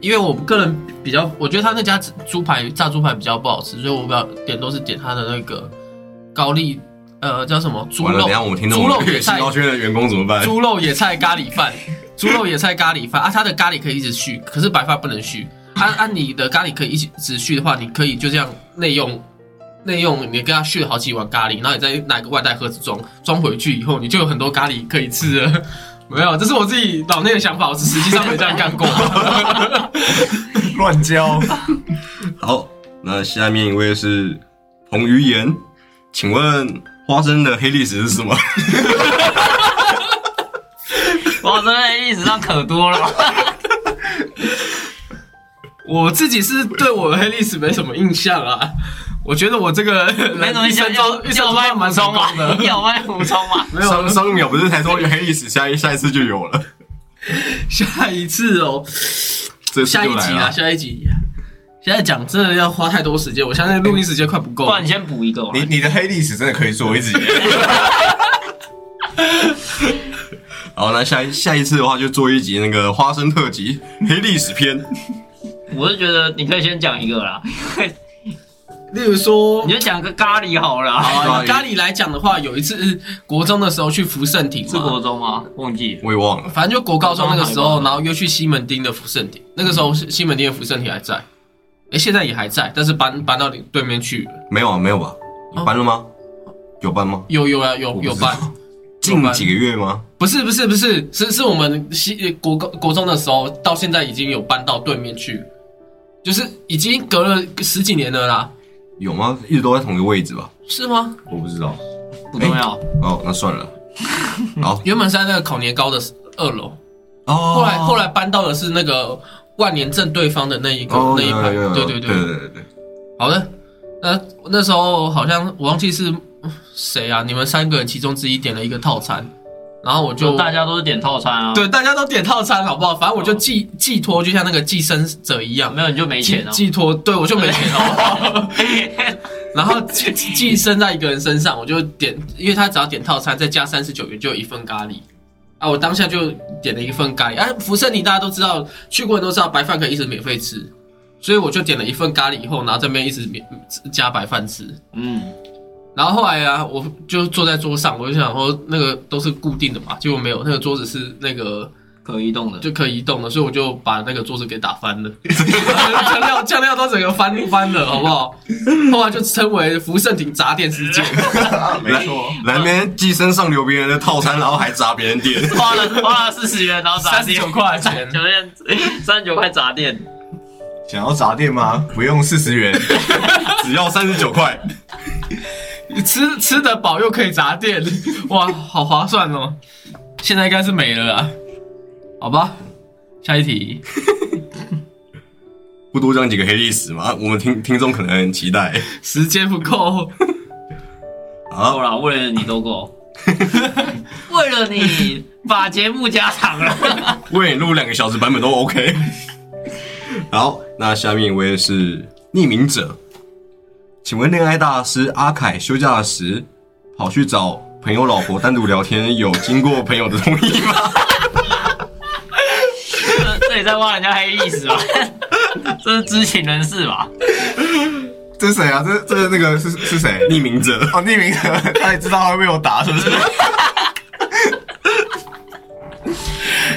S3: 因为我个人比较，我觉得他那家猪排炸猪排比较不好吃，所以我比较点都是点他的那个高丽，呃，叫什么猪
S1: 完了，
S3: 肉
S1: 等一下我们听到
S3: 猪
S1: 我
S3: 肉
S1: 们
S3: 野
S1: 新
S3: 菜
S1: 高轩的员工怎么办？
S3: 猪肉野菜咖喱饭，猪肉野菜咖喱饭啊，它的咖喱可以一直续，可是白饭不能续。按、按、你的咖喱可以一直续的话，你可以就这样内用，内用你跟他续了好几碗咖喱，然后你再拿一个外带盒子装装回去以后，你就有很多咖喱可以吃了。没有，这是我自己脑内的想法，我实际上没这样干过。
S2: 乱教。
S1: 好，那下面一位是彭于晏，请问花生的黑历史是什 么？
S4: 哇，真的历史上可多 了。
S3: 我自己是对我的黑历史没什么印象啊，我觉得我这个
S4: 没怎么
S3: 一
S4: 想
S3: 生
S4: 要
S3: 中一生
S4: 要
S3: 中
S4: 卖
S3: 还
S4: 补
S3: 蛮成
S4: 充嘛，
S3: 功的，
S4: 要卖补充 嘛。
S3: 没有
S1: 上上一秒不是才说有黑历史，下一下一次就有了，
S3: 下一次哦。
S1: 这次
S3: 下一
S1: 就来
S3: 集
S1: 了
S3: 啦，。下一集。现在讲真的要花太多时间，我相信录音时间快不够
S4: 不
S3: 了
S4: 然你。先补一个嘛。
S2: 你你的黑历史真的可以做一 集，
S1: 好，那下一下一次的话就做一集那个花生特辑黑历史 篇。
S4: 我是觉得你可以先讲一个啦，
S3: 例如说
S4: 你，就讲个咖喱好了啦。
S3: 啊，以咖喱来讲的话，有一次国中的时候去福盛亭
S4: 是
S3: 嘛
S4: 国，中吗？忘记了。
S1: 我也忘了，
S3: 反正就国高中那个时
S4: 国
S3: 候，
S4: 中
S3: 然后约去西门町的福盛亭，那个时候是西门町的福盛亭还在，哎，现在也还在，但是搬搬到对面去了。
S1: 没有啊，没有吧？有搬了吗？有搬吗？
S3: 有有啊有有搬，
S1: 近几个月吗？
S3: 不是不是不是，是是我们西国高国中的时候，到现在已经有搬到对面去，就是已经隔了十几年了啦，
S1: 有吗？一直都在同一个位置吧？
S3: 是吗？
S2: 我不知道。
S4: 不重要。
S3: 哎
S1: 哦，那算了。好，
S3: 原本是在那个烤年糕的二楼，
S1: 哦
S3: 后来后来搬到的是那个万年镇对方的那一个、
S1: 哦，
S3: 那一排，
S1: 有有有有
S3: 对
S1: 对
S3: 对对。
S1: 对对对，
S3: 好的，那那时候好像我忘记是谁啊，你们三个人其中之一点了一个套餐，然后我就
S4: 就大家都是点套餐 啊。，
S3: 对大家都点套餐好不好？反正我就寄寄托，就像那个寄生者一样，
S4: 没有你就没
S3: 寄
S4: 钱啊。
S3: 寄托，对我就没钱 哦了。 然后 寄寄生在一个人身上，我就点，因为他只要点套餐，再加三十九元就有一份咖喱。啊，我当下就点了一份咖喱。啊，福盛尼大家都知道，去过人都知道白饭可以一直免费吃，所以我就点了一份咖喱以后，然后这边一直免加白饭吃。
S4: 嗯，
S3: 然后后来啊，我就坐在桌上，我就想说那个都是固定的嘛，结果没有，那个桌子是那个
S4: 可移动的。
S3: 就可以移动的，所以我就把那个桌子给打翻了，酱 料酱料都整个翻翻了，好不好？后来就称为福盛亭砸店事 件。
S2: 啊没错，
S1: 来那边寄生上流别人的套餐，然后还砸别人店。
S4: 花了花了四十元，然后砸店，
S3: 39块钱
S4: 九元，三十九块砸店，
S2: 想要砸店吗？不用四十 元，
S1: 只要三十九块，
S3: 吃吃得饱又可以砸店，哇，好划算哦！现在应该是没了啦，好吧，下一题。
S1: 不多讲几个黑历史嘛？我们听听众可能很期待。
S3: 时间不够，
S1: 好
S4: 够，了，为了你 都够，为了你把节目加长了。
S1: 为你录两个小时版本都 OK。好，那下面一位是匿名者，请问恋爱大师阿凯休假时跑去找朋友老婆单独聊天，有经过朋友的同意吗？
S4: 这也在挖人家黑历史吧？ 这是知情人士吧？
S2: 这是谁啊？这这那个是是谁？
S1: 匿名者，
S2: 哦，匿名的， 他也知道他会被我打，是不是？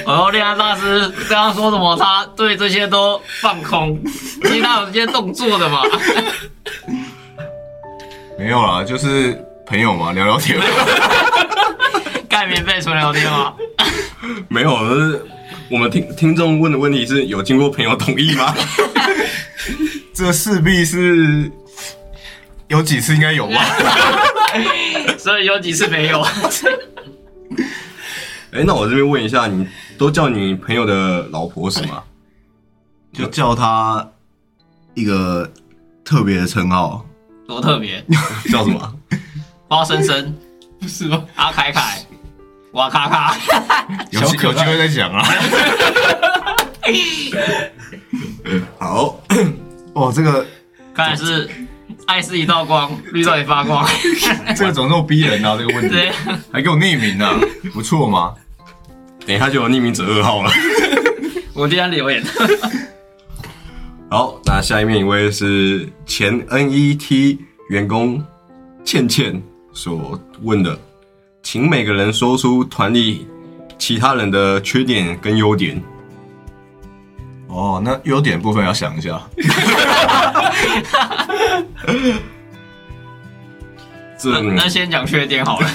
S4: 哦，恋爱大师刚刚说什么？他对这些都放空，其实他有这些动作的嘛？
S2: 没有啦，就是朋友嘛，聊聊 天。
S4: 盖棉被纯聊天嘛？
S1: 没有，就是我们听听众问的问题是有经过朋友同意吗？
S2: 这势必是有几次应该有吧？
S4: 所以有几次没有，
S1: 哎、那我这边问一下，你都叫你朋友的老婆什么？
S2: 就叫他一个特别的称号，
S4: 多特别。
S1: 叫什么？
S4: 包生生、
S3: 不是吗？
S4: 阿凯凯、瓦卡卡，
S2: 有
S3: 小
S2: 机
S3: 可爱
S2: 有机会再讲啊。 哦，这个
S4: 看来是爱是一道光，绿到你发光。
S2: 这个怎么那么逼人啊？这个问题
S4: 对，
S2: 还给我匿名啊，不错嘛。
S1: 等一下就有匿名者二号了。
S4: 我今天留言，
S1: 好，那下一面一位是前 NET 员工倩倩所问的，请每个人说出团里其他人的缺点跟优点。
S2: 哦，那优点部分要想一下。
S1: 这
S3: 嗯
S4: 那先讲缺点好了。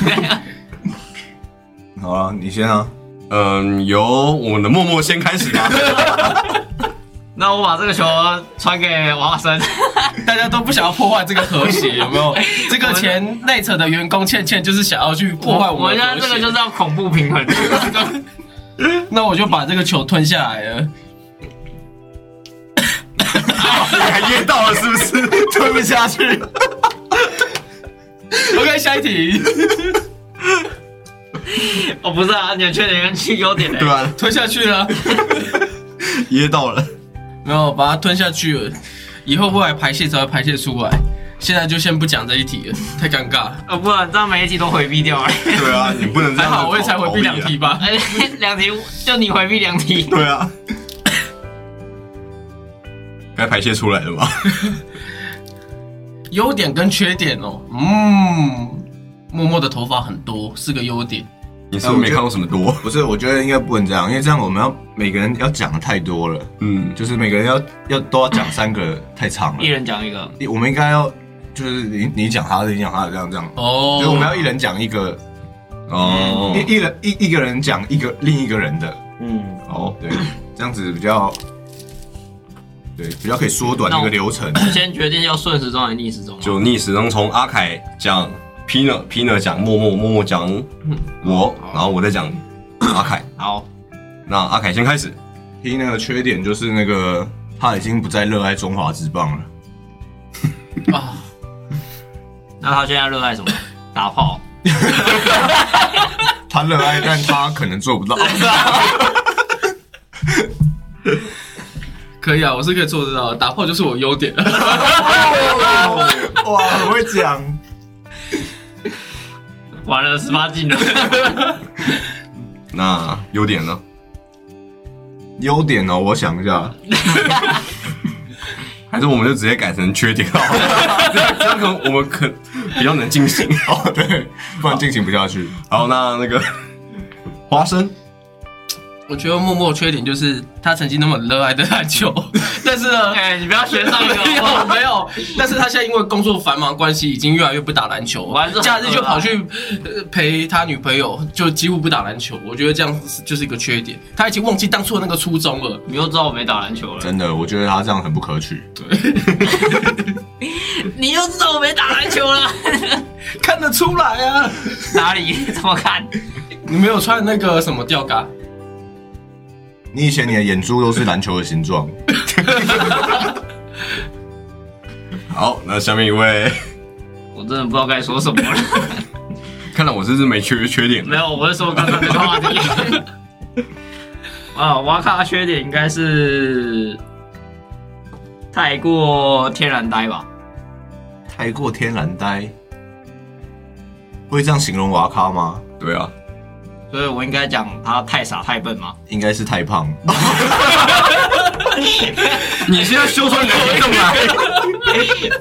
S2: 好啊，你先啊。
S1: 嗯，由我们的默默先开始 吧。
S4: 那我把这个球传给王华生，
S3: 大家都不想要破坏这个和 谐，有没有？这个前内层的员工倩倩就是想要去破坏
S4: 我
S3: 们
S4: 现
S3: 的
S4: 在
S3: 和谐。
S4: 这个就是要恐怖 平衡。
S3: 那我就把这个球吞下来了。
S1: 你还噎到了是不是？
S2: 吞不下去。
S3: OK，下一题，
S4: 哦，不是啊，你的缺点跟优点、欸。
S1: 对啊，
S3: 吞下去了，
S1: 噎到了。
S3: 没有把它吞下去了，以后未来排泄才会排泄出来。现在就先不讲这一题了，太尴尬了。
S4: 哦，不然这样每一题都回避掉了。
S1: 对啊，你不能这
S3: 还
S1: 样子
S3: 好我也才回避
S1: 逃
S3: 两
S1: 避啊
S3: 题吧。
S4: 哎，两题就你回避两题。
S1: 对啊，该排泄出来了吧？
S3: 优点跟缺点哦，嗯，默默的头发很多是个优点。
S1: 你是不是没看过什么多？
S2: 不是，我觉得应该不能这样，因为这样我们要每个人要讲的太多了，
S1: 嗯，
S2: 就是每个人要要都要讲三个，太长
S4: 一
S2: 了。
S4: 人讲一个，
S2: 我们应该要就是你你讲他的，你讲他的，这样这样。所以我们
S3: 哦，
S2: 要一人讲一个，
S1: 哦
S2: 一一人一一个人讲一个另一个人的，
S4: 嗯，
S1: 哦，
S2: 对，这样子比较，对，比较可以缩短这个流程。
S4: 先决定要顺时钟还是逆时钟啊吗。
S1: 就逆时钟从阿凯讲 Pina Pina 讲默默默默讲
S3: 嗯
S1: 我，然后我再讲阿凯。
S4: 好，
S1: 那阿凯先开始，
S2: P 那个缺点就是那个他已经不再热爱中华之棒了，
S3: 啊，
S4: 那他现在热爱什么？打炮。
S2: 他热爱，但他可能做不到。
S3: 可以啊，我是可以做得到的，打炮就是我优点。
S2: 哇，很会讲。
S4: 完了，十八禁了。
S1: 那优点呢？
S2: 优点呢、我想一下，
S1: 还是我们就直接改成缺点好了， 这样这样可能我们可比较能进行。
S2: 哦，对，不然进行不下去。
S1: 好，那那个花生，
S3: 我觉得默默的缺点就是他曾经那么热爱的篮球， 但是呢，
S4: 哎，你不要学上一个
S3: 没
S4: 好不好
S3: 有没有，但是他现在因为工作繁忙关系，已经越来越不打篮球
S4: 我还是，很
S3: 假日就跑去呃陪他女朋友，就几乎不打篮球。我觉得这样是就是一个缺点，他已经忘记当初的那个初衷了。
S4: 你又知道我没打篮球了，
S2: 真的，我觉得他这样很不可取。
S4: 你又知道我没打篮球了，
S3: 看得出来啊，
S4: 哪里怎么看？
S3: 你没有穿那个什么吊嘎，
S2: 你以前你的眼珠都是篮球的形状，
S1: 好，那下面一位，
S4: 我真的不知道该说什么了。
S1: 看来我这是没缺缺点
S4: 没
S1: 的。
S4: 有，我是说刚刚那个话题。啊，瓦卡的缺点应该是太过天然呆吧？
S2: 太过天然呆。会这样形容娃咖吗？
S1: 对啊，
S4: 所以我应该讲他太傻太笨吗？
S2: 应该是太胖。
S1: 你现在修出你的行动来。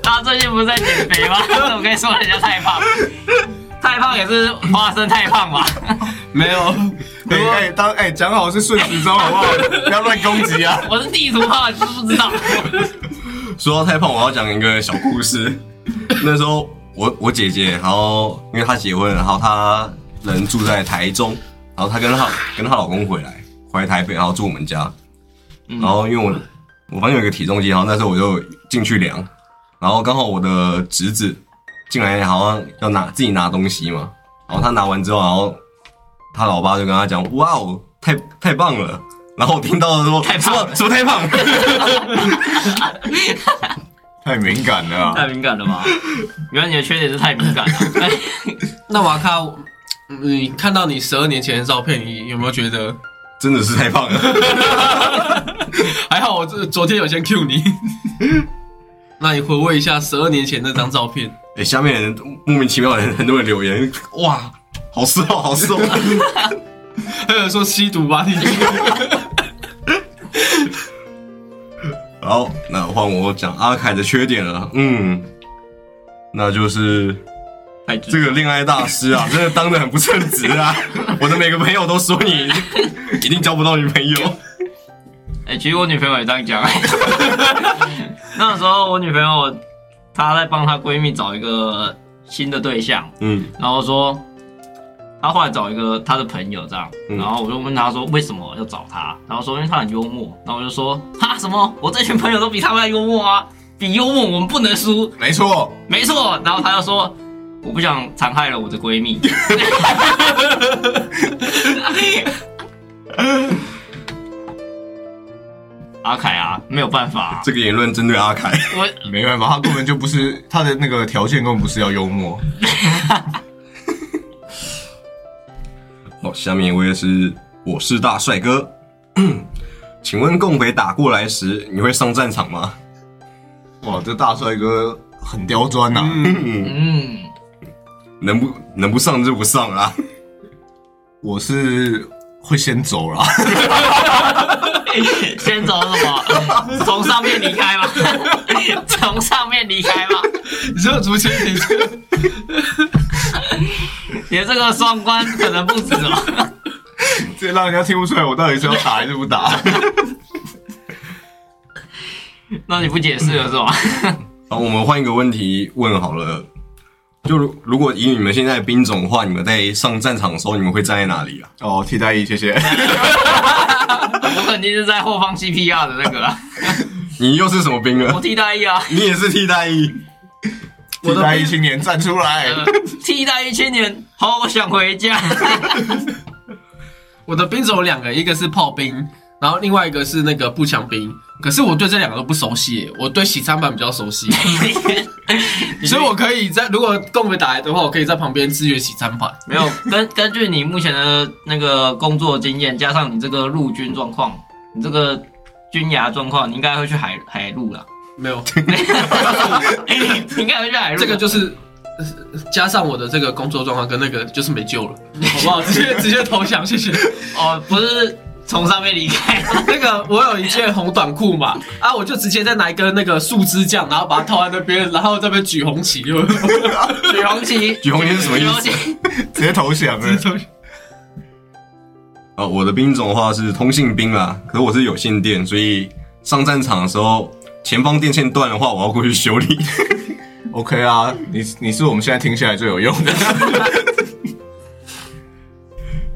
S4: 他最近不是在减肥吗？怎么可以说人家太胖？太胖也是花生太胖吧？
S3: 没有，
S2: 哎哎、当哎讲、好是顺时钟好不好？不要乱攻击啊！
S4: 我是地图炮，你知不知道？
S1: 说到太胖，我要讲一个小故事。 那时候我我姐姐，然后因为她结婚，然后她人住在台中，然后她跟她跟她老公回来回来台北，然后住我们家。
S4: 嗯
S1: 然后因为我我房间有一个体重机，然后那时候我就进去量，然后刚好我的侄子进来，好像要拿自己拿东西嘛，然后他拿完之后，然后他老爸就跟他讲：“哇哦，太太棒了！”然后我听到说：“
S4: 太
S1: 什
S4: 胖
S1: 么
S4: 了
S1: 什么太胖？”
S2: 太敏感了、啊。
S4: 太敏感了吧？原来你的缺点是太敏感啊了。
S3: 那瓦卡，你看到你十二年前的照片，你有没有觉得？
S1: 真的是太胖了。
S3: 还好我这昨天有先 Q 你， 那你回味一下十二年前那张照片，
S1: 哎、下面人莫名其妙的很多人留言，哇，好色哦，好色哦！
S3: 还有人说吸毒吧，你
S1: 好，那换我讲阿凯的缺点了，嗯，那就是
S4: 太直
S1: 这个恋爱大师啊，真的当的很不称职啊！我的每个朋友都说你一定交不到女朋友。
S4: 哎、其实我女朋友也这样讲。 那时候我女朋友她在帮她闺蜜找一个新的对象，
S1: 嗯，
S4: 然后说她后来找一个她的朋友这样，
S1: 嗯
S4: 然后我就问她说为什么要找她，然后说因为她很幽默，然后我就说哈什么，我这群朋友都比他们还幽默啊，比幽默我们不能输，
S2: 没错，
S4: 没错。然后她又说我不想残害了我的闺蜜， 阿凯啊，没有办法啊、
S1: 这个言论针对阿凯，
S4: 我
S2: 没办法，他根本就不是他的那个条件，根本不是要幽默。
S1: 好，下面一位是我是大帅哥，请问共匪打过来时，你会上战场吗？
S2: 哇，这大帅哥很刁钻啊呐、
S4: 嗯，
S1: 能不能不上就不上啦。
S2: 我是会先走啦，
S4: 先走什么？从上面离开吗？ 从上面离开吗？
S3: 你说竹签你这个
S4: 你的这个双关可能不止哦。
S2: 这让人家听不出来我到底是要打还是不打。
S4: 那你不解释了是吧？
S1: 好，我们换一个问题问好了，就如如果以你们现在的兵种的话，你们在上战场的时候，你们会站在哪里啊？
S2: 哦，替代役，谢 谢。
S4: 我肯定是在后方 CPR 的那个啊，
S1: 你又是什么兵
S4: 我
S1: 啊？
S4: 替代役啊，
S1: 你也是替代役，
S2: 替代役青年站出来，
S4: 呃替代役青年，好想回家。
S3: 我的兵种有两个，一个是炮兵，然后另外一个是那个步枪兵。可是我对这两个都不熟悉，我对洗餐板比较熟 悉， 所以我可以在如果共匪打来的话，我可以在旁边支援洗餐板。
S4: 没有根根据你目前的那个工作经验，加上你这个陆军状况，你这个军衙状况，你应该会去海海 陆啦。
S3: 没有，
S4: 你应该会去海陆。
S3: 这个就是呃加上我的这个工作状况跟那个就是没救了，好不好？ 直接直接投降，谢 谢。
S4: 哦，不是从上面离开。
S3: 那个我有一件红短裤嘛，啊，我就直接再拿一根那个树枝酱，然后把它套在那边，然后这边举红旗，就
S4: 举红旗，
S1: 举红旗是什么意思
S4: 举红旗？
S2: 直接投 降了。
S1: 啊，我的兵种的话是通信兵啦，可是我是有线电，所以上战场的时候，前方电线断的话，我要过去修理。
S2: OK 啊，你你是我们现在听下来最有用 的。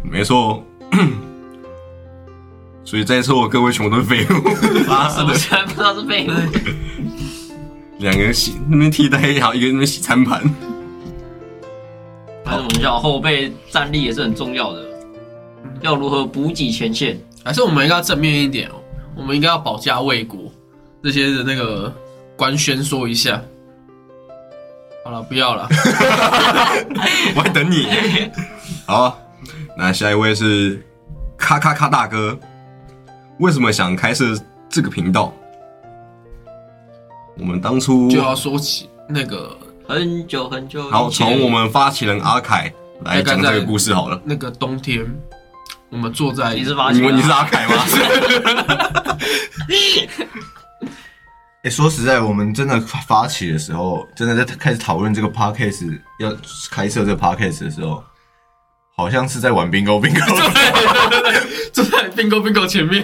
S1: 没错， 所以在座的各位全部都是废物。啊，
S4: 什么全部都是废物。
S1: 两个人洗那边替代，然后一个在那边洗餐盘。
S4: 开什么玩笑？后备战力也是很重要的，要如何补给前线？
S3: 还是我们应该要正面一点哦，我们应该要保家卫国这些的那个官宣说一下。好了，不 要了。
S1: 我还等你。好，那下一位是咔咔咔大哥，为什么想开设这个频道？我们当初
S3: 就要说起那个
S4: 很久很久以前，
S1: 好，从我们发起人阿凯来讲这个故事好了。
S3: 那个冬天，我们坐在
S4: 你是发
S1: 你
S4: 起的啊
S1: 们你是阿凯吗？
S2: 哎、说实在，我们真的发起的时候，真的在开始讨论这个 podcast 要开设这个 podcast 的时候，好像是在玩 bingo bingo，
S3: 坐在 bingo bingo 前面，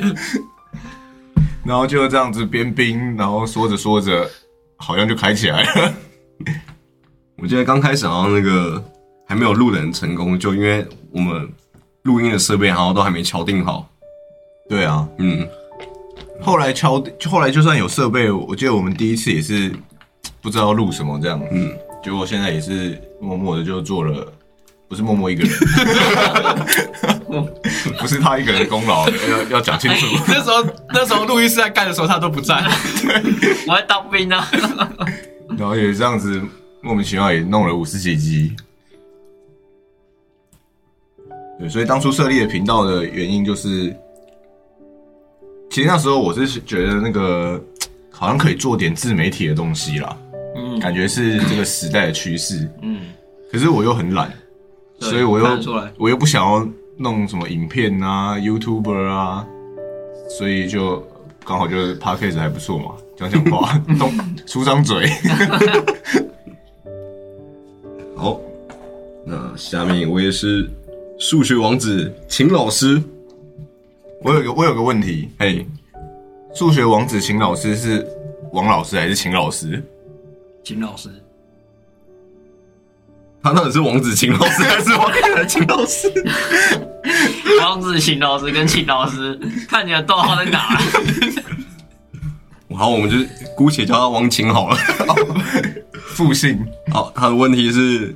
S2: 然后就这样子边冰，然后说着说着，好像就开起来 了。
S1: 我记得刚开始好像那个还没有录的很成功，就因为我们录音的设备好像都还没敲定好。
S2: 对啊，
S1: 嗯，
S2: 后来敲，就后来就算有设备，我记得我们第一次也是不知道要录什么这样，嗯，结果现在也是默默的就做了，不是默默一个人，不是他一个人的功劳，要要讲清楚。
S3: 那时候那时候路易斯在干的时候，他都不在。
S4: 我在当兵啊呢。
S2: 然后也这样子莫名其妙也弄了五十几集。对，所以当初设立的频道的原因就是，其实那时候我是觉得那个好像可以做点自媒体的东西啦，
S4: 嗯
S2: 感觉是这个时代的趋势。
S4: 嗯，
S2: 可是我又很懒，
S4: 对
S2: 所以我
S4: 看 得出
S2: 又
S4: 来
S2: 我又不想要弄什么影片啊、YouTuber 啊，所以就刚好就是 Podcast 还不错嘛，讲讲 话，动出张嘴。
S1: 好，那下面一位是数学王子秦老师，
S2: 我有个我有个问题，
S1: 嘿，
S2: 数学王子秦老师是王老师还是秦老师？
S4: 秦老师，
S1: 他到底是王子秦老师还是王子秦老师？
S4: 王子秦老师跟秦老师，看你的逗号在哪？
S1: 好，我们就姑且叫他王秦好了。
S2: 复姓
S1: 好，他的问题是：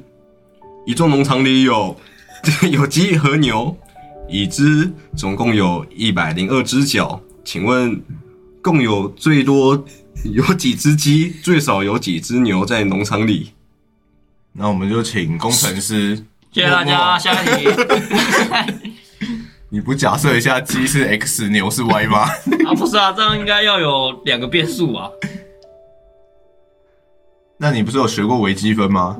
S1: 一座农场里有 有鸡和牛，已知总共有一百零二只脚，请问共有最多有几只鸡，最少有几只牛在农场里？
S2: 那我们就请工程师，
S4: 谢谢大
S2: 默
S4: 家，
S2: 默
S4: 下一题。
S2: 你不假设一下鸡是 x，牛是 y 吗？
S4: 啊，不是啊，这样应该要有两个变数啊。
S2: 那你不是有学过微积分吗？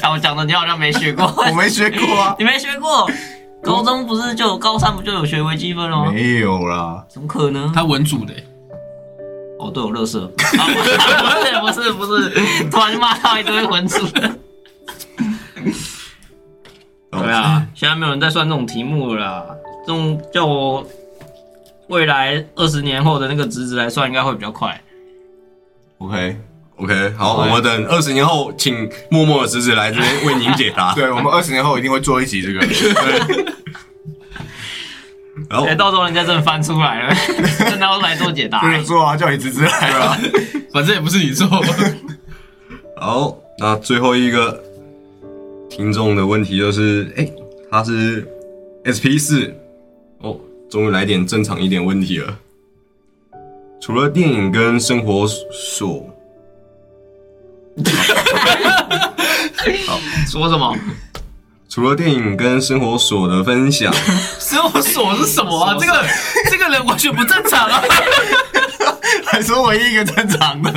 S4: 啊，我讲的你好像没学过，
S2: 我没学过啊，
S4: 你没学过？高中不是就有高三不就有学微积分了吗？
S2: 没有啦。
S4: 怎么可能？
S3: 他文组的欸、
S4: 哦，对，我乐色。 啊不是不是不是，突然就骂到一堆文 字。对啊，现在没有人在算这种题目了啦。这种叫我未来二十年后的那个侄子来算，应该会比较快。
S2: OK，
S1: OK，好，我们等二十年后，请默默的侄子来这边为您解答。
S2: 对我们二十年后一定会做一集这个。
S1: 然后
S4: 哎、到时候人家真的翻出来了，真的要来做解答、
S2: 不能做啊，叫你侄子来啊。
S3: 反正也不是你做。
S1: 好，那最后一个听众的问题就是，哎、他是 SP 四，哦，终于来点正常一点问题了。除了电影跟生活所，
S4: 说什么？
S1: 除了电影跟生活所的分享，
S3: 生活所是什么啊？这
S4: 生活
S3: 个这个人完全不正常啊！
S2: 还说唯一一个正常的，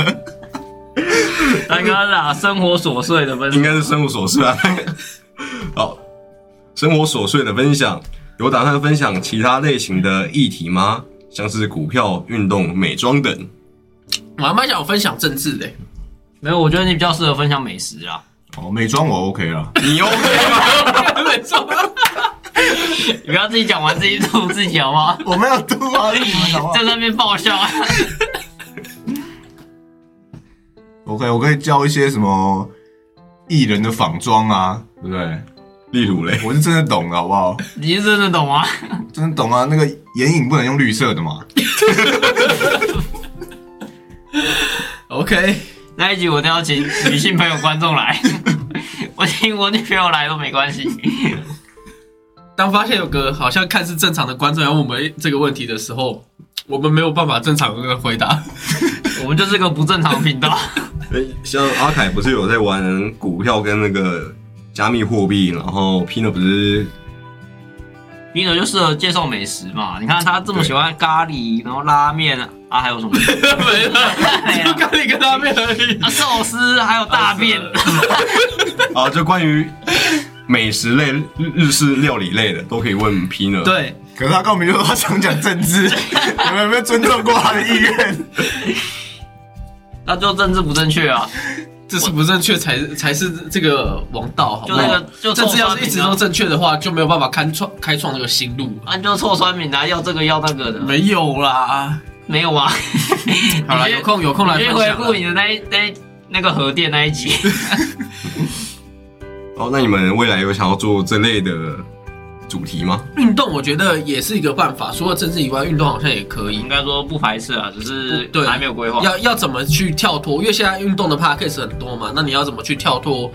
S4: 大哥啦，生活琐碎的分
S1: 应该是生活琐事啊。好，生活琐碎的分享，有打算分享其他类型的议题吗？像是股票、运动、美妆等。
S3: 我还蛮想分享政治的 欸、
S4: 没有，我觉得你比较适合分享美食啊。
S2: 哦，美妆我 OK 了。
S1: 你 OK 吗？
S3: 没错，
S4: 你不要自己讲完自己吐自己好不好？
S2: 我们要读啊，你们好不 好
S4: 在那边爆笑啊！
S2: ？OK，我可以教一些什么艺人的仿妆啊，对不对？
S1: 例如嘞，
S2: 我是真的懂的，好不好？
S4: 你是真的懂吗？
S2: 真的懂啊，那个眼影不能用绿色的嘛。
S3: OK，
S4: 那一集我一定要请女性朋友观众来， 我请我女朋友来都没关系。
S3: 当发现有个好像看似正常的观众要问我们这个问题的时候，我们没有办法正常的回答。
S4: 我们就是个不正常的频道，
S1: 诶哎像阿凯不是有在玩股票跟那个加密货币，然后 Pino 不是
S4: 冰总就适合介绍美食嘛。你看他这么喜欢咖喱，然后拉面啊，还有 什么？
S3: 没了， 就咖喱跟拉面而已。
S4: 啊，寿司，还有大便。
S1: 啊，就关于美食类、日日式料理类的都可以问 Pino。，
S3: 对，
S2: 可是他根本就说他想讲政治， 你们有没有尊重过他的意愿？
S4: 那就政治不正确啊，
S3: 这是不正确才是才是这个王道，好不
S4: 就
S3: 好？
S4: 那个就
S3: 政
S4: 臭
S3: 治要
S4: 酸
S3: 是一直
S4: 民
S3: 都
S4: 啊，
S3: 正确的话，就没有办法开创开创这个新路。
S4: 啊，就臭酸民啊，要这个要那个的，
S3: 没有啦，
S4: 没有啊。
S3: 好啦，
S4: 你
S3: 有空有空来
S4: 你
S3: 分
S4: 去
S3: 享
S4: 回
S3: 啦
S4: 顾你的那一那一那个核电那一集，
S1: 哦，那你们未来有想要做这类的主题吗？
S3: 运动，我觉得也是一个办法。除了政治以外，运动好像也可以
S4: 应。该说不排斥啊，只是
S3: 不对
S4: 还没有规划。
S3: 要要怎么去跳脱？因为现在运动的 p a c a s e 很多嘛，那你要怎么去跳脱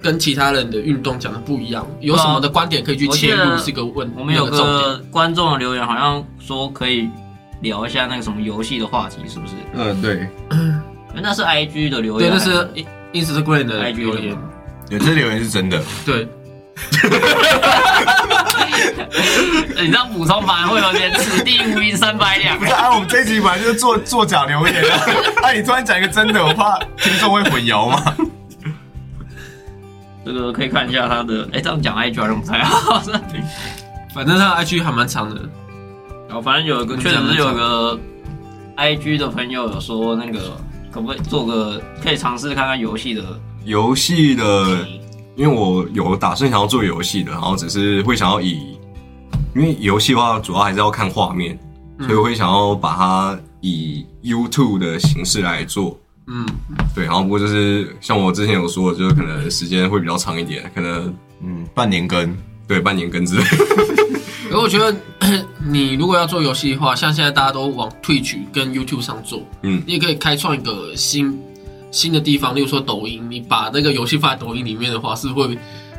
S3: 跟其他人的运动讲的不一样？有什么的观点可以去切
S4: 哦我记
S3: 入
S4: 得
S3: 是一个问，
S4: 我们有
S3: 那个重点。
S4: 个观众的留言，好像说可以聊一下那个什么游戏的话题，是不是？
S1: 嗯，对，
S4: 哎那是 I G 的留
S3: 对，
S4: 言
S3: 那
S4: 还什么，
S3: 是
S4: 呃
S3: Instagram 的
S4: I G
S3: 留言。
S2: 对，这留言是真的。
S3: 对，
S4: 哎你这样补充反而会有点此地无银三百两
S2: 不。是啊，我们这一集本来就是做作假留言的，啊， 你突然讲一个真的，我怕听众会混淆嘛。
S4: 这个可以看一下他的，哎、这样讲 IG 好像不太 好。
S3: 反正他的 IG 还蛮长的，
S4: 然后反正有一个，确实是有个 IG 的朋友有说，那个可不可以做个，可以尝试看看游戏的
S1: 游戏的，因为我有打算想要做游戏的，然后只是会想要以，因为游戏的话主要还是要看画面，所以我会想要把它以 YouTube 的形式来做。
S3: 嗯，
S1: 对，然后不过就是像我之前有说的，就是可能时间会比较长一点，可能
S2: 嗯，半年更，
S1: 对半年更之类的。
S3: 可我觉得 你如果要做游戏的话，像现在大家都往 Twitch 跟 YouTube 上做，
S1: 嗯
S3: 你也可以开创一个新新的地方，例如说抖音，你把那个游戏放在抖音里面的话，是不是会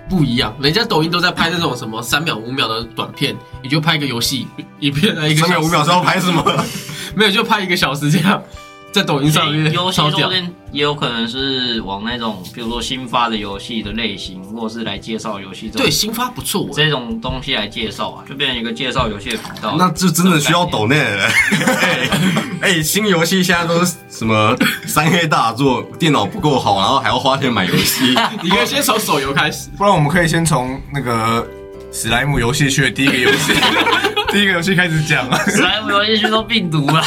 S3: 不一样。人家抖音都在拍那 种什么三秒、五秒的短片，你就拍一个游戏一片来一个小
S1: 三
S3: 时
S1: 秒五秒是要拍什么？
S3: 没有就拍一个小时这样，在抖音上面
S4: 游戏
S3: 超
S4: 说
S3: 屌
S4: 不。定也有可能是往那种，比如说新发的游戏的类型，或者是来介绍游戏这种
S3: 对，新发不错、欸，
S4: 这种东西来介绍啊，就变成一个介绍游戏的频道。
S1: 那就真的需要抖内了。 哎、哎新游戏现在都是什么三 A 大作，电脑不够好，然后还要花钱买游 戏。
S3: 你可以先从手游开始。
S2: 不然我们可以先从那个史莱姆游戏区的第一个游戏， 第一个游戏开始讲啊。
S4: 史莱姆游戏区都病毒了，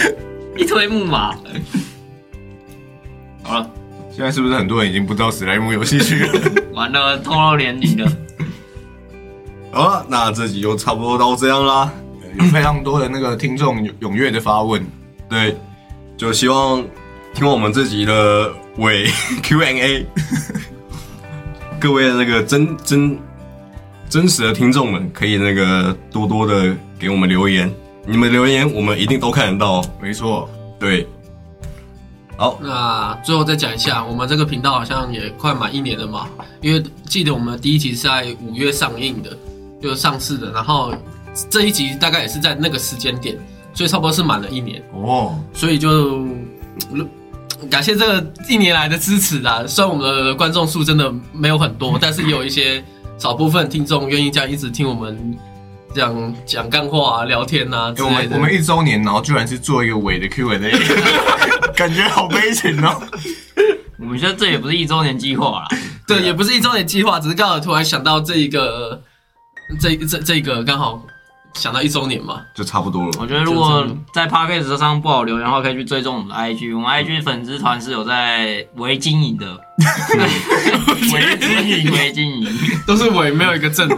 S4: 一推木马。好了，
S2: 现在是不是很多人已经不知道史莱姆游戏区了？
S4: 完了，透露年龄了。
S1: 好了，那这集就差不多到这样啦。
S2: 有非常多的那个听众踊踊跃的发问，
S1: 对，就希望听完我们这集的尾 Q&A，各位那个真真真实的听众们，可以那个多多的给我们留言，你们留言我们一定都看得到。
S2: 没错，
S1: 对，好，
S3: 那最后再讲一下，我们这个频道好像也快满一年了嘛，因为记得我们第一集是在五月上映的，就上市的，然后这一集大概也是在那个时间点，所以差不多是满了一年，
S2: 哦，
S3: 所以就嗯感谢这个一年来的支持啦。虽然我们的观众数真的没有很多，但是也有一些少部分听众愿意这样一直听我们这样讲干话啊、聊天啊之
S2: 哎我
S3: 类
S2: 们
S3: 的。
S2: 我们一周年，然后居然是做一个伪的 Q&A，感 觉好悲情哦。
S4: 我们现在这也不是一周年计划啦，
S3: 对，啊也不是一周年计划，只是刚好突然想到这一个，这这这个刚好想到一周年嘛。
S1: 就差不多了。
S4: 我觉得如果在 p a c k a g e 上不好留言的话，可以去追踪我们的 IG，我们 IG 粉丝团是有在微经营的，
S2: 伪经营，
S4: 微经营。
S3: 都是尾没有一个正的，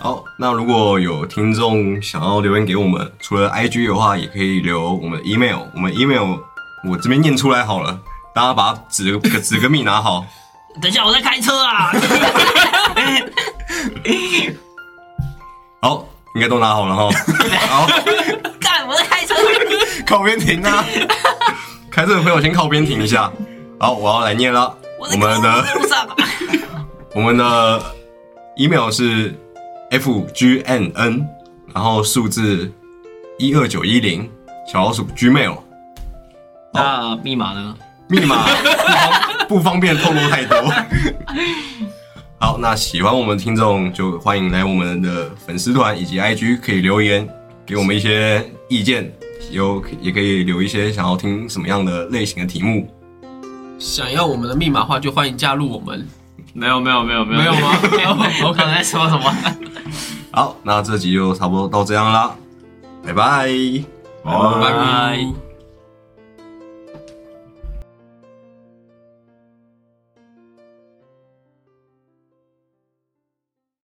S1: 好，那如果有听众想要留言给我们，除了 IG 的话，也可以留我们的 email，我们 email 我这边念出来好了，大家把纸个纸跟笔拿好。
S4: 等一下，我在开车啊。
S1: 好，应该都拿好了哈。好，
S4: 干，我在开车。
S2: 靠边停啊！
S1: 开车的朋友先靠边停一下。好，我要来念了。我们的
S4: 路上。
S1: 我们的 email 是 f g n n，然后数字一二九一零小老鼠 Gmail，
S4: 那密码呢？
S1: 密码不方便透露太多。 好，那喜欢我们的听众就欢迎来我们的粉丝团以及 IG 可以留言给我们一些意见，有也可以留一些想要听什么样的类型的题目。
S3: 想要我们的密码的话，就欢迎加入我们。
S4: 没有没有没有没
S3: 有没有 吗
S4: 我刚才说什么？
S1: 好，那这集就差不多到这样啦，拜拜。
S2: 好
S3: 拜拜。
S4: 拜